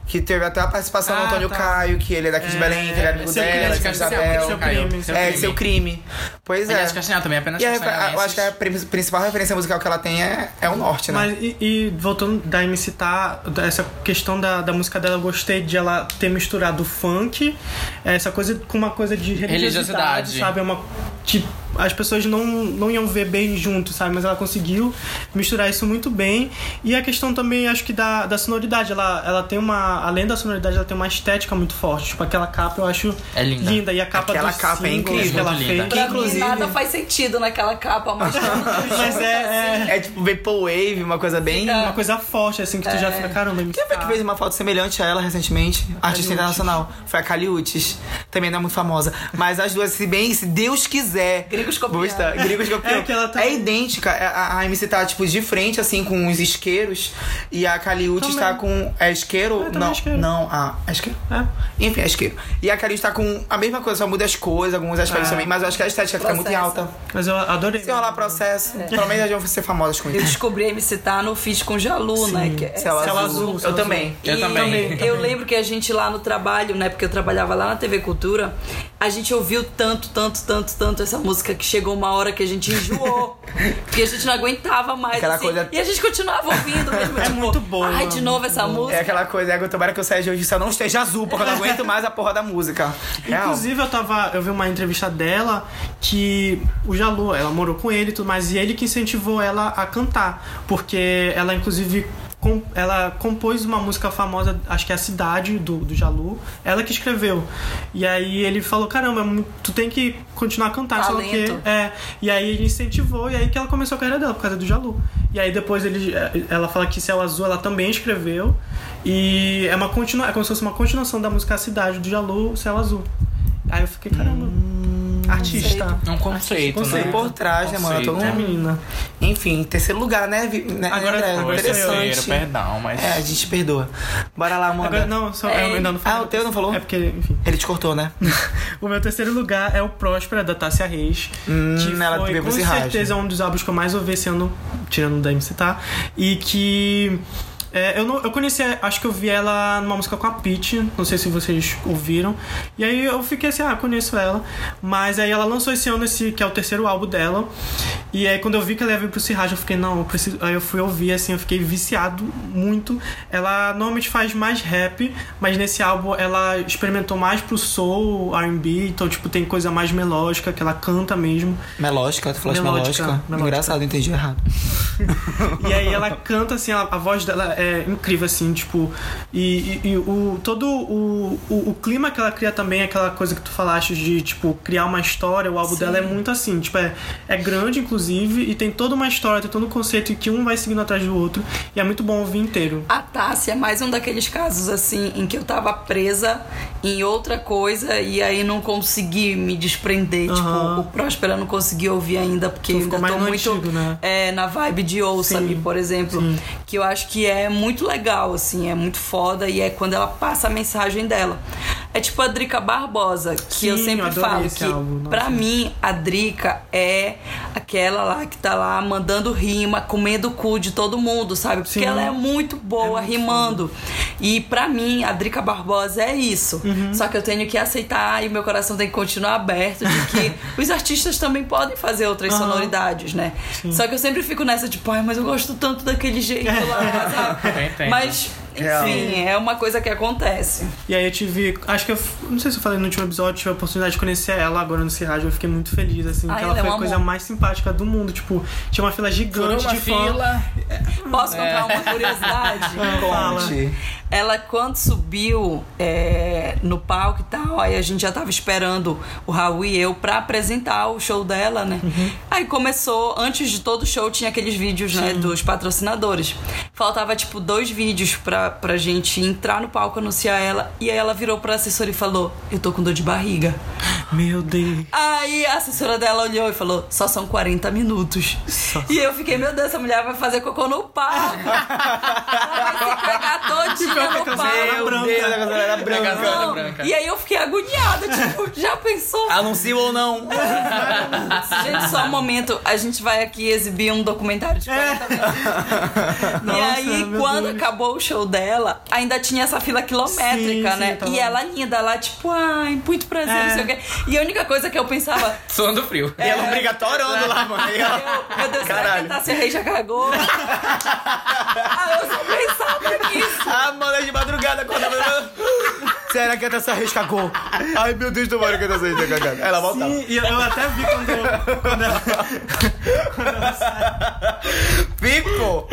S1: Que teve até a participação do
S4: Ah,
S1: Antônio
S4: tá.
S1: Caio, que ele é daqui de Belém, que ele é amigo
S3: Seu Crime,
S1: dela, de
S3: Seu
S1: Santa
S3: Crime,
S1: Isabel.
S3: Seu
S4: Caio.
S3: Crime.
S1: é,
S4: crime.
S1: seu crime. Pois
S4: Aliás,
S1: é.
S4: Castanhal também é apenas
S1: E a,
S4: Castanhal.
S1: refer- eu acho que a prim- principal referência musical que ela tem é, é o norte, né?
S3: Mas, e, e voltando da MC Tá, essa questão da, da música dela, eu gostei de ela ter misturado o funk, essa coisa com uma coisa de religiosidade,
S4: Religiosidade.
S3: sabe? É uma, de- as pessoas não, não iam ver bem junto, sabe? Mas ela conseguiu misturar isso muito bem. E a questão também, acho que da, da sonoridade. Ela, ela tem uma. Além da sonoridade, ela tem uma estética muito forte. Tipo, aquela capa eu acho
S4: É linda.
S3: E a capa
S1: Aquela
S3: dos
S1: capa é
S3: singles
S1: incrível,
S3: que ela
S4: muito
S3: fez.
S4: linda.
S2: Pra
S1: Inclusive-
S2: mim, nada faz sentido naquela capa,
S1: (laughs)
S2: mas
S3: Mas é, é
S1: É tipo Vaporwave, uma coisa bem.
S3: uma coisa forte, assim, que tu já
S4: É.
S3: fica, caramba, MC
S1: Quem foi que
S3: Tá.
S1: fez uma foto semelhante a ela recentemente? Artista internacional. Foi a Caliutes. Também não é muito famosa. Mas as duas, se bem, se Deus quiser.
S2: Gringos copiaram.
S1: Gosta- Gringos copiaram.
S3: É que ela tá-
S1: É idêntica. É, A, a MC tá, tipo, de frente, assim, com os isqueiros. E a Caliutes
S3: Também.
S1: tá com. É isqueiro?
S3: também
S1: não.
S3: é isqueiro.
S1: Não, a. É isqueiro?
S3: É.
S1: Enfim, é isqueiro. E a Caliutes tá com a mesma coisa, só muda as cores, alguns
S3: Ah.
S1: aspectos também. Mas eu acho que a estética fica muito em
S2: Processo.
S1: alta.
S3: Mas eu adorei.
S1: Se rolar processo, pelo menos elas vão ser famosas com
S2: eu
S1: isso.
S2: descobri a MC Tá no feat com Jalu, né? Que é-
S1: Céu
S3: Céu azul,
S1: azul.
S3: céu
S1: Eu
S3: azul.
S1: também.
S4: Eu
S2: E
S4: também.
S2: Eu lembro que a gente lá no trabalho, né? Porque eu trabalhava lá na TV Cultura, a gente ouviu tanto, tanto, tanto, tanto essa música que chegou uma hora que a gente enjoou. porque a gente não aguentava mais.
S1: Aquela
S2: assim,
S1: coisa-
S2: E a gente continuava ouvindo mesmo. É tipo,
S3: muito boa,
S2: Ai, de
S3: muito
S2: novo essa
S1: É
S2: música.
S1: aquela coisa, é, tomara que eu saia de hoje e só não esteja azul, porque eu não aguento mais a porra da música. Real.
S3: Inclusive, eu tava. Eu vi uma entrevista dela que o Jalu, ela morou com ele e tudo mais, e ele que incentivou ela a cantar. Porque ela, inclusive. com- Ela compôs uma música famosa, acho que é a Cidade do, do Jalu, ela que escreveu. E aí ele falou: Caramba, é muito- tu tem que continuar a cantar, sei lá o quê.
S2: Talento.
S3: É, e aí ele incentivou, e aí que ela começou a carreira dela, por causa do Jalu. E aí depois ele, é, ela fala que Céu Azul ela também escreveu. E é uma continua, é como se fosse uma continuação da música A Cidade do Jalu, Céu Azul. Aí eu fiquei, caramba,
S1: Hum,
S3: artista.
S4: É um conceito,
S1: Conceito
S4: né?
S1: por trás, né, mano?
S4: Conceito.
S1: Todo
S3: É,
S1: mundo-
S3: menina.
S1: Enfim, terceiro lugar, né? vi- né,
S3: Agora
S1: André?
S3: foi,
S1: interessante.
S4: Terceiro, perdão, mas... (laughs)
S1: É, a gente perdoa. Bora lá, Amanda.
S3: Agora, não, só, eu ainda não falei.
S1: Ah, o teu não falou?
S3: É porque, enfim.
S1: Ele te cortou, né?
S3: O meu terceiro lugar é o Próspera, da Tássia Reis. que
S1: Hum, ela
S3: foi,
S1: bebeu
S3: com
S1: esse rasgo.
S3: certeza, um dos álbuns que eu mais ouvi esse ano, tirando o da MC, tá? E que... é, eu, não, eu conheci, acho que eu vi ela numa música com a Pitty, não sei se vocês ouviram. E aí eu fiquei assim, ah, conheço ela. Mas aí ela lançou esse ano, esse que é o terceiro álbum dela. E aí quando eu vi que ela ia vir pro Cirrage, eu fiquei, não, eu preciso. Aí eu fui ouvir, assim, eu fiquei viciado muito. Ela normalmente faz mais rap, mas nesse álbum ela experimentou mais pro soul, RB, então, tipo, tem coisa mais melódica que ela canta mesmo.
S1: Melódica, tu falaste melódica.
S3: Melódica, melódica.
S1: Engraçado, eu entendi errado.
S3: E aí ela canta, assim, a, a voz dela é incrível, assim, tipo. E, e- e o, todo o, o, o clima que ela cria também, aquela coisa que tu falaste de, tipo, criar uma história, o álbum dela é muito assim, tipo, é, é grande, inclusive, e tem toda uma história, tem todo um conceito que um vai seguindo atrás do outro, e é muito bom ouvir inteiro.
S2: A Tássia é mais um daqueles casos assim em que eu tava presa em outra coisa e aí não consegui me desprender.
S3: Aham.
S2: Tipo, o Próspera não consegui ouvir ainda, porque
S3: Tu
S2: eu
S3: ficou
S2: ainda
S3: mais
S2: tô
S3: no
S2: muito
S3: antigo, né?
S2: é, na vibe de Ouça-me,
S3: Sim,
S2: por exemplo. Que eu acho que é muito legal, assim, é muito foda e é quando ela passa a mensagem dela. É tipo a Drica Barbosa, que
S3: Sim,
S2: eu
S3: eu
S2: sempre
S3: adorei
S2: falo
S3: esse
S2: que,
S3: álbum, nossa.
S2: pra mim, a Drica é aquela lá que tá lá mandando rima, comendo o cu de todo mundo, sabe? Porque
S3: Sim.
S2: ela é muito boa rimando. E pra mim, a Drica Barbosa é isso. Só que eu tenho que aceitar e meu coração tem que continuar aberto de que (laughs) os artistas também podem fazer outras
S3: Aham.
S2: sonoridades, né? Só que eu sempre fico nessa, tipo, ai, mas eu gosto tanto daquele jeito lá, (laughs) sabe?
S4: Eu entendo.
S2: Mas,
S1: Real.
S2: enfim, é uma coisa que acontece.
S3: E aí eu tive. Acho que eu. Não sei se eu falei no último episódio, tive a oportunidade de conhecer ela agora no Cirrádio. Eu fiquei muito feliz, assim.
S2: Ah,
S3: que
S2: ela
S3: ela
S2: é
S3: foi
S2: um
S3: a coisa
S2: amor.
S3: mais simpática do mundo. Tipo, tinha uma fila
S4: Furou
S3: gigante
S4: uma
S3: de fã.
S4: fila.
S2: Posso contar uma (laughs) curiosidade?
S3: Fala.
S1: Conte.
S2: Ela, quando subiu é, no palco e tal, aí a gente já tava esperando o Raul e eu pra apresentar o show dela, né? Aí começou, antes de todo show, tinha aqueles vídeos, né, dos patrocinadores. Faltava, tipo, dois vídeos pra, pra gente entrar no palco, anunciar ela. E aí ela virou pra assessora e falou: Eu tô com dor de barriga.
S3: Meu Deus.
S2: Aí a assessora dela olhou e falou: só são 40 minutos. E eu fiquei, meu Deus, essa mulher vai fazer cocô no palco. Ela vai se cagar todinha
S3: Pior que
S2: no
S3: a canção
S2: palco.
S3: era branca.
S1: Deus, a galera era
S4: A
S1: branca.
S4: galera
S2: Não.
S4: branca.
S2: E aí eu fiquei agoniada, tipo,
S3: (laughs)
S2: já pensou?
S1: Anuncio ou não?
S2: Gente, só um momento, a gente vai aqui exibir um documentário de 40 minutos. e
S3: É. Nossa,
S2: aí,
S3: meu
S2: quando
S3: Deus.
S2: acabou o show dela, ainda tinha essa fila quilométrica,
S3: Sim,
S2: né?
S3: sim, eu tava
S2: e
S3: lá.
S2: ela linda, lá, tipo, ai, muito prazer,
S3: É.
S2: não sei o quê. E a única coisa que eu pensava,
S4: Suando frio.
S1: E ela obrigatorando lá, mano. E ela-
S2: Eu, meu Deus, será que tá
S1: Caralho.
S2: a Tássia Rei
S1: (laughs)
S2: já cagou? ah, eu só pensava nisso.
S1: Ah, mano, é de madrugada acordava. Será que a Tessa Reis cagou? Ai, meu Deus, tomara que a Tessa Reis tenha cagado. Ela voltava.
S3: Sim, e eu, eu até vi quando, quando ela.
S1: Fico!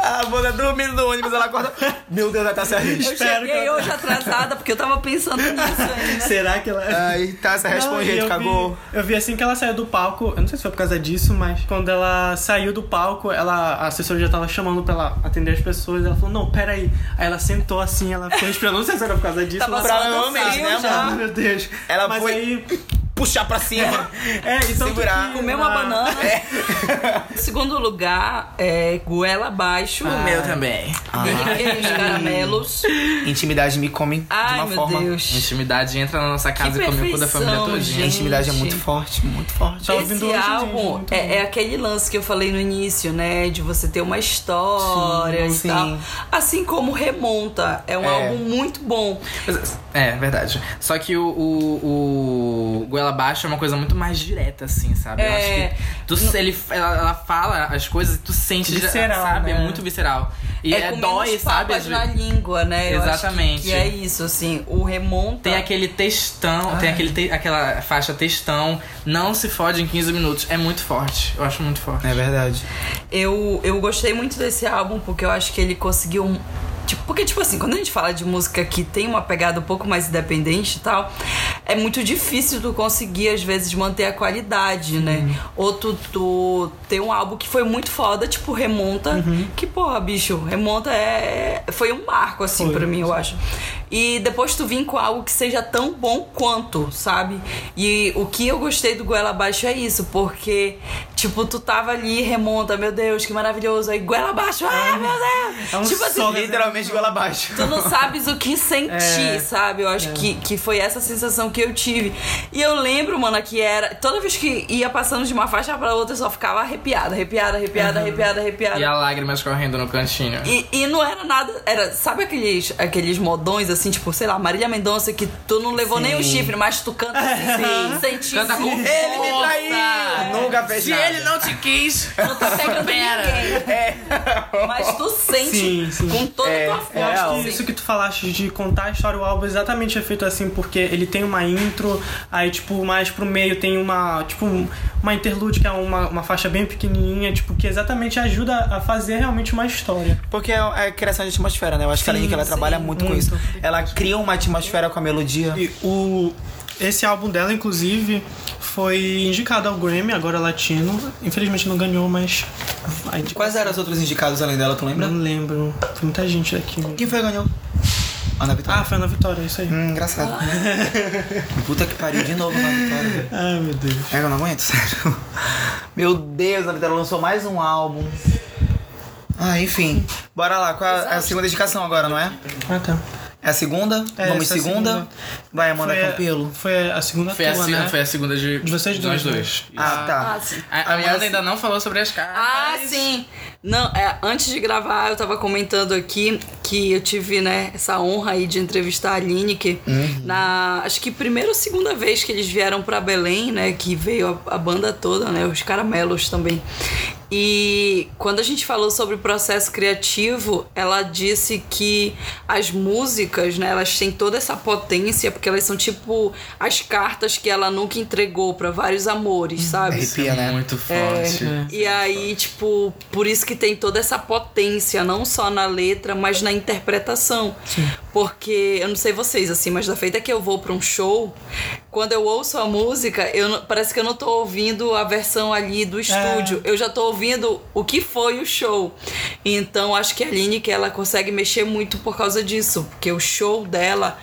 S1: A Ah, mano é dormindo no ônibus, ela tá acorda. Meu Deus, a Tessa Reis.
S2: Eu
S3: Espero que
S2: cheguei
S3: ela-
S2: hoje atrasada, porque eu tava pensando nisso
S1: (laughs)
S2: ainda.
S3: Será que ela.
S1: Ai, Tessa Reis
S3: Não,
S1: foi um
S3: e
S1: jeito,
S3: eu
S1: cagou.
S3: Vi, eu vi assim que ela saiu do palco, eu não sei se foi por causa disso, mas quando ela saiu do palco, ela, a assessora já tava chamando pra ela atender as pessoas. Ela falou, não, peraí. Aí ela sentou assim, ela foi esperando, não sei se era por causa disso.
S2: Tava
S3: ela-
S2: suando
S1: Provavelmente,
S2: frio
S1: né,
S2: já.
S3: Ah, meu Deus.
S1: Ela
S3: mas
S1: foi-
S3: aí.
S1: Puxar pra cima.
S3: É, então.
S1: Segurar.
S3: que-
S2: Comeu uma
S3: ela-
S2: banana.
S1: É.
S2: (laughs) Segundo lugar, é goela abaixo.
S1: Ah.
S4: O meu também.
S2: Aqueles caramelos.
S1: Intimidade me come de
S2: Ai,
S1: uma
S2: meu
S1: forma.
S2: Deus.
S4: Intimidade entra na nossa casa
S2: Que
S4: e come o cu da
S2: perfeição,
S4: família toda.
S1: A
S2: gente.
S1: intimidade é muito forte, muito forte.
S3: Tava Tá ouvindo
S2: Esse
S3: hoje, gente,
S2: álbum
S3: muito bom.
S2: é, é aquele lance que eu falei no início, né? De você ter uma história
S1: Sim,
S2: e tal.
S1: sim.
S2: Assim como Remonta. É um
S1: É.
S2: álbum muito bom.
S4: É, verdade. Só que o, o, o Goela Baixa é uma coisa muito mais direta, assim, sabe? Eu
S2: É.
S4: acho que tu, se- ele, ela, ela fala as coisas e tu sente,
S3: Visceral,
S4: sabe?
S3: né?
S4: É muito visceral. E é,
S2: com
S4: dói,
S2: menos
S4: sabe?
S2: papas
S4: Às
S2: na
S4: vezes-
S2: língua, né? Eu acho que-
S4: Exatamente.
S2: que, é isso, assim, o remonta.
S4: Tem aquele textão, tem aquele te- aquela faixa textão, não se fode em 15 minutos. É muito forte. Eu acho muito forte.
S1: É verdade.
S2: Eu, eu gostei muito desse álbum porque eu acho que ele conseguiu um. Tipo, porque, tipo assim, quando a gente fala de música que tem uma pegada um pouco mais independente e tal, é muito difícil tu conseguir, às vezes, manter a qualidade, né? Ou tu, tu ter um álbum que foi muito foda, tipo Remonta, que, porra, bicho, Remonta é. Foi um marco, assim, pra mim, eu acho. E depois tu vir com algo que seja tão bom quanto, sabe? E o que eu gostei do Goela Abaixo é isso, porque, tipo, tu tava ali, remonta, meu Deus, que maravilhoso. Aí Goela Abaixo, ah, meu Deus!
S3: É um
S2: tipo
S3: solo.
S2: assim,
S1: Literalmente goela abaixo.
S2: tu não sabes o que sentir,
S3: É.
S2: sabe? Eu acho que, que foi essa sensação que eu tive. E eu lembro, mano, que era. Toda vez que ia passando de uma faixa pra outra, eu só ficava arrepiada, arrepiada, arrepiada, arrepiada, arrepiada.
S4: E a lágrima escorrendo no cantinho.
S2: E, e não era nada. Era, sabe aqueles, aqueles modões assim, tipo, sei lá, Marília Mendonça, que tu não levou nem o chifre, mas tu canta assim, sente
S4: Canta com
S2: isso.
S1: Ele me traiu! Nunca fez
S4: Se
S1: nada.
S4: ele não te quis,
S2: Não tá pegando ninguém. Mas tu sente
S3: Sim, sim.
S2: com toda
S1: É,
S2: a tua
S1: é
S2: força.
S3: Eu acho que
S2: assim.
S3: isso que tu falaste de contar a história, o álbum exatamente é feito assim, porque ele tem uma intro, aí, tipo, mais pro meio tem uma, tipo, um- uma interlude, que é uma, uma faixa bem pequenininha, tipo, que exatamente ajuda a fazer realmente uma história.
S1: Porque é é criação de atmosfera, né? Eu acho que a Link, ela
S2: sim,
S1: trabalha muito, com
S3: muito.
S1: isso. Ela cria uma atmosfera com a melodia.
S3: E o, esse álbum dela, inclusive, foi indicado ao Grammy, agora latino. Infelizmente não ganhou, mas... Ai, de-
S1: Quais eram os outros indicados além dela, tu lembra?
S3: Não lembro. Foi muita gente daqui.
S1: Quem foi que ganhou? Ana Vitória.
S3: Ah, foi na Vitória, isso aí.
S1: Hum, engraçado. (laughs) Puta que pariu, de novo na Vitória. velho.
S3: Ai, meu Deus.
S1: É, eu não aguento, (laughs) sério. Meu Deus, a Vitória lançou mais um álbum. Ah, enfim. Bora lá, qual é a- a segunda indicação agora, não é?
S3: Ah, tá.
S1: É a segunda?
S3: É,
S1: Vamos
S3: essa é a
S1: segunda?
S3: segunda.
S1: Vai, Amanda
S3: foi, a-
S1: Campelo.
S3: foi a segunda
S4: Foi a,
S3: tua,
S4: se-
S3: né?
S4: foi a segunda de,
S3: De vocês
S4: nós
S3: dois, né?
S4: dois.
S1: Ah, tá.
S2: Ah, sim.
S4: A, a Amanda ainda não falou sobre as caras.
S2: Ah, sim. Não, é, antes de gravar, eu tava comentando aqui que eu tive, né, essa honra aí de entrevistar a Lineker na, acho que primeira ou segunda vez que eles vieram pra Belém, né, que veio a, a banda toda, né, os Caramelos também. E quando a gente falou sobre o processo criativo, ela disse que as músicas, né, elas têm toda essa potência porque elas são tipo as cartas que ela nunca entregou pra vários amores, sabe?
S4: Uhum.
S1: Arrepia, né?
S4: Muito forte.
S2: E aí, tipo, por isso que tem toda essa potência, não só na letra, mas na interpretação. Porque, eu não sei vocês, assim, mas da feita que eu vou pra um show, quando eu ouço a música, eu não- parece que eu não tô ouvindo a versão ali do estúdio. Eu já tô ouvindo o que foi o show. Então, acho que a Aline, que ela consegue mexer muito por causa disso. Porque o show dela...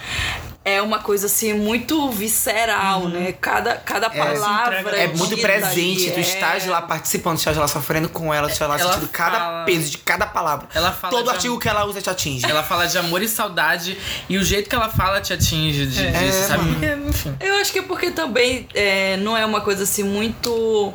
S2: É uma coisa assim muito visceral, né? Cada, cada palavra
S1: É muito
S2: dita
S1: presente,
S2: ali,
S1: tu
S2: é.
S1: estás lá participando, tu estás lá sofrendo com ela, tu estás lá
S4: Ela
S1: sentindo cada
S4: fala-
S1: peso de cada palavra.
S4: Ela fala
S1: Todo
S4: de
S1: artigo
S4: amor.
S1: que ela usa te atinge.
S4: Ela fala de amor e saudade e o jeito que ela fala te atinge de,
S3: É.
S4: disso, sabe? Enfim.
S2: Eu acho que é porque também é, não é uma coisa assim muito.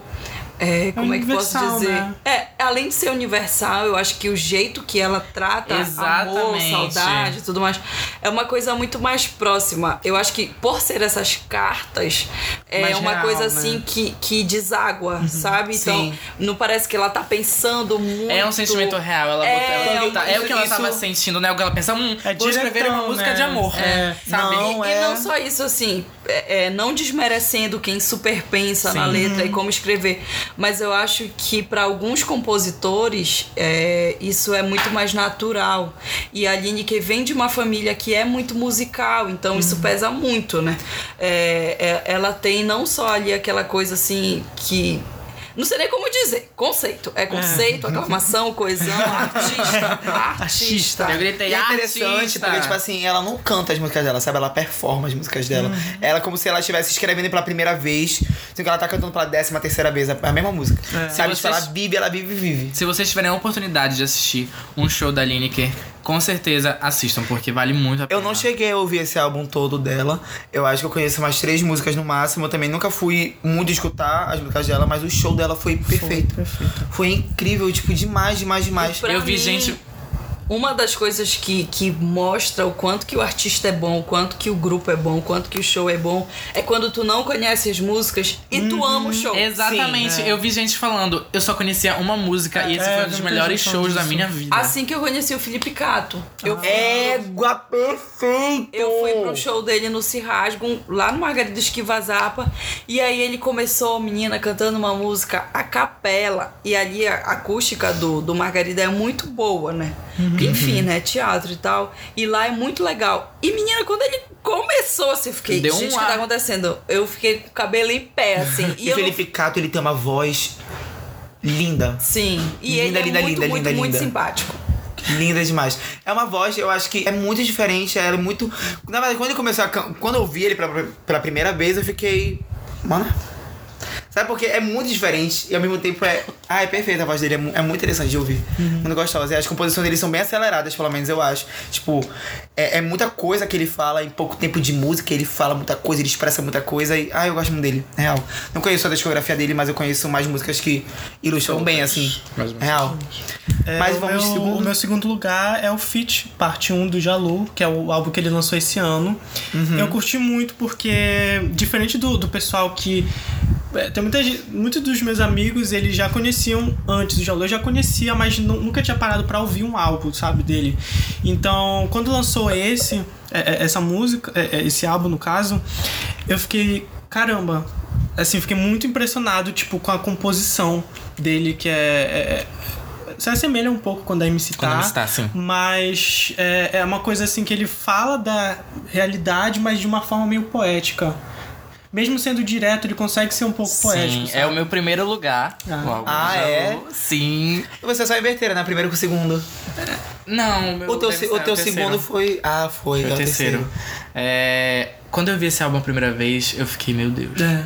S2: é, como é, que posso
S3: universal,
S2: dizer?
S3: né?
S2: É, além de ser universal, eu acho que o jeito que ela trata amor,
S4: Exatamente.
S2: saudade e tudo mais é uma coisa muito mais próxima. Eu acho que por ser essas cartas, é
S3: Mais
S2: uma
S3: real,
S2: coisa
S3: né?
S2: assim que, que deságua, sabe? Então,
S1: Sim.
S2: não parece que ela tá pensando muito.
S4: É um sentimento real, ela
S2: É,
S4: botou- ela
S2: é um-
S4: tá- é o que ela
S1: isso-
S4: tava sentindo, né? O que ela pensa, hum,
S3: É
S4: vou escrever
S3: diretão,
S4: uma música
S3: né?
S4: de amor,
S3: É.
S4: sabe?
S1: Não,
S2: E
S1: é.
S2: não só isso, assim, é, é, não desmerecendo quem super pensa na
S4: Sim.
S2: letra e como escrever, mas eu acho que para alguns compositores é, isso é muito mais natural. E a Aline que vem de uma família que é muito musical, então isso pesa muito, né? É, é, ela tem não só ali aquela coisa assim que. Não sei nem como dizer. Conceito. É conceito, aclamação, coesão, artista. Artista.
S4: Eu gritei,
S1: E é interessante,
S4: "Artista!"
S1: porque, tipo assim, ela não canta as músicas dela, sabe? Ela performa as músicas dela.
S2: Uhum.
S1: Ela é como se ela estivesse escrevendo pela primeira vez, sendo que ela tá cantando pela décima terceira vez a a mesma música.
S2: É.
S1: Sabe?
S4: Se
S1: Tipo, ela
S4: vocês-
S1: vive, ela vive e vive.
S4: Se vocês tiverem a oportunidade de assistir um show da Lineker, com certeza assistam, porque vale muito a pena.
S1: Eu
S2: É.
S1: não cheguei a ouvir esse álbum todo dela. Eu acho que eu conheço umas três músicas no máximo. Eu também nunca fui muito escutar as músicas dela, mas o show dela foi perfeito. Foi, incrível, tipo, demais, demais, demais.
S2: Pra
S4: Eu vi
S2: mim,
S4: gente-
S2: Uma das coisas que, que mostra o quanto que o artista é bom, o quanto que o grupo é bom, o quanto que o show é bom, é quando tu não conhece as músicas e tu ama o show.
S4: Exatamente, eu vi gente falando, eu só conhecia uma música e esse
S3: É,
S4: foi um
S3: eu
S4: dos
S3: vi
S4: melhores
S3: gente
S4: shows
S3: falando
S4: da
S3: disso.
S4: minha vida.
S2: Assim que eu conheci o Felipe Cato. Eu,
S1: Égua perfeito!
S2: eu fui pro show dele no Cirrasgo, lá no Margarida Esquivazapa. E aí ele começou, menina, cantando uma música a capela. E ali a acústica do, do Margarida é muito boa, né? Porque, Enfim, né? Teatro e tal. E lá é muito legal. E, menina, quando ele começou, assim, eu fiquei.
S4: Deu um
S2: gente, o que
S4: ar.
S2: tá acontecendo? Eu fiquei com o cabelo em pé,
S1: (laughs)
S2: assim. E
S1: E o
S2: eu não
S1: Felipe Cato, ele tem uma voz linda.
S2: Sim. E
S1: Linda,
S2: ele
S1: linda,
S2: é muito,
S1: linda,
S2: muito,
S1: linda,
S2: muito
S1: linda.
S2: simpático.
S1: Linda demais. É uma voz, eu acho que é muito diferente. Ela é muito. Na verdade, quando eu comecei a can- Quando eu vi ele pela, pela primeira vez, eu fiquei. Mano. Sabe porque é muito diferente e ao mesmo tempo é. Ah, é perfeita a voz dele, é, mu- é muito interessante de ouvir.
S3: Uhum.
S1: Muito gostosa. E as composições dele são bem aceleradas, pelo menos eu acho. Tipo, é, é muita coisa que ele fala em pouco tempo de música, ele fala muita coisa, ele expressa muita coisa e. Ah, eu gosto muito dele, é real. Não conheço só a discografia dele, mas eu conheço mais músicas que ilustram bem, assim.
S4: Mais ou menos.
S1: Real.
S3: É,
S1: mas
S3: o
S1: vamos
S3: meu,
S1: segundo.
S3: O meu segundo lugar é o Fit, parte 1 do Jalu, que é o álbum que ele lançou esse ano.
S1: Uhum.
S3: Eu curti muito porque, diferente do, do pessoal que. é, Tem muita gente, muitos dos meus amigos, eles já conheciam antes do Jalu, eu já conhecia, mas nu- nunca tinha parado pra ouvir um álbum, sabe, dele. Então, quando lançou esse, é, é, essa música, é, é, esse álbum no caso, eu fiquei, caramba, assim, fiquei muito impressionado, tipo, com a composição dele, que é- é, é se assemelha um pouco quando a MC tá.
S4: Quando a MC tá, sim.
S3: Mas é, é uma coisa assim que ele fala da realidade, mas de uma forma meio poética. Mesmo sendo direto, ele consegue ser um pouco
S4: Sim,
S3: poético. sabe?
S4: é o meu primeiro lugar.
S3: Ah.
S4: O álbum
S1: Ah,
S4: já-
S1: é?
S4: Sim.
S1: Você só inverteram, né? Primeiro com o segundo.
S4: Não, meu
S1: O teu,
S4: deve
S1: se-
S4: ser
S1: o teu
S4: terceiro.
S1: segundo foi. Ah, foi.
S4: Foi
S1: é
S4: o terceiro. É, quando eu vi esse álbum a primeira vez, eu fiquei, meu Deus.
S3: É.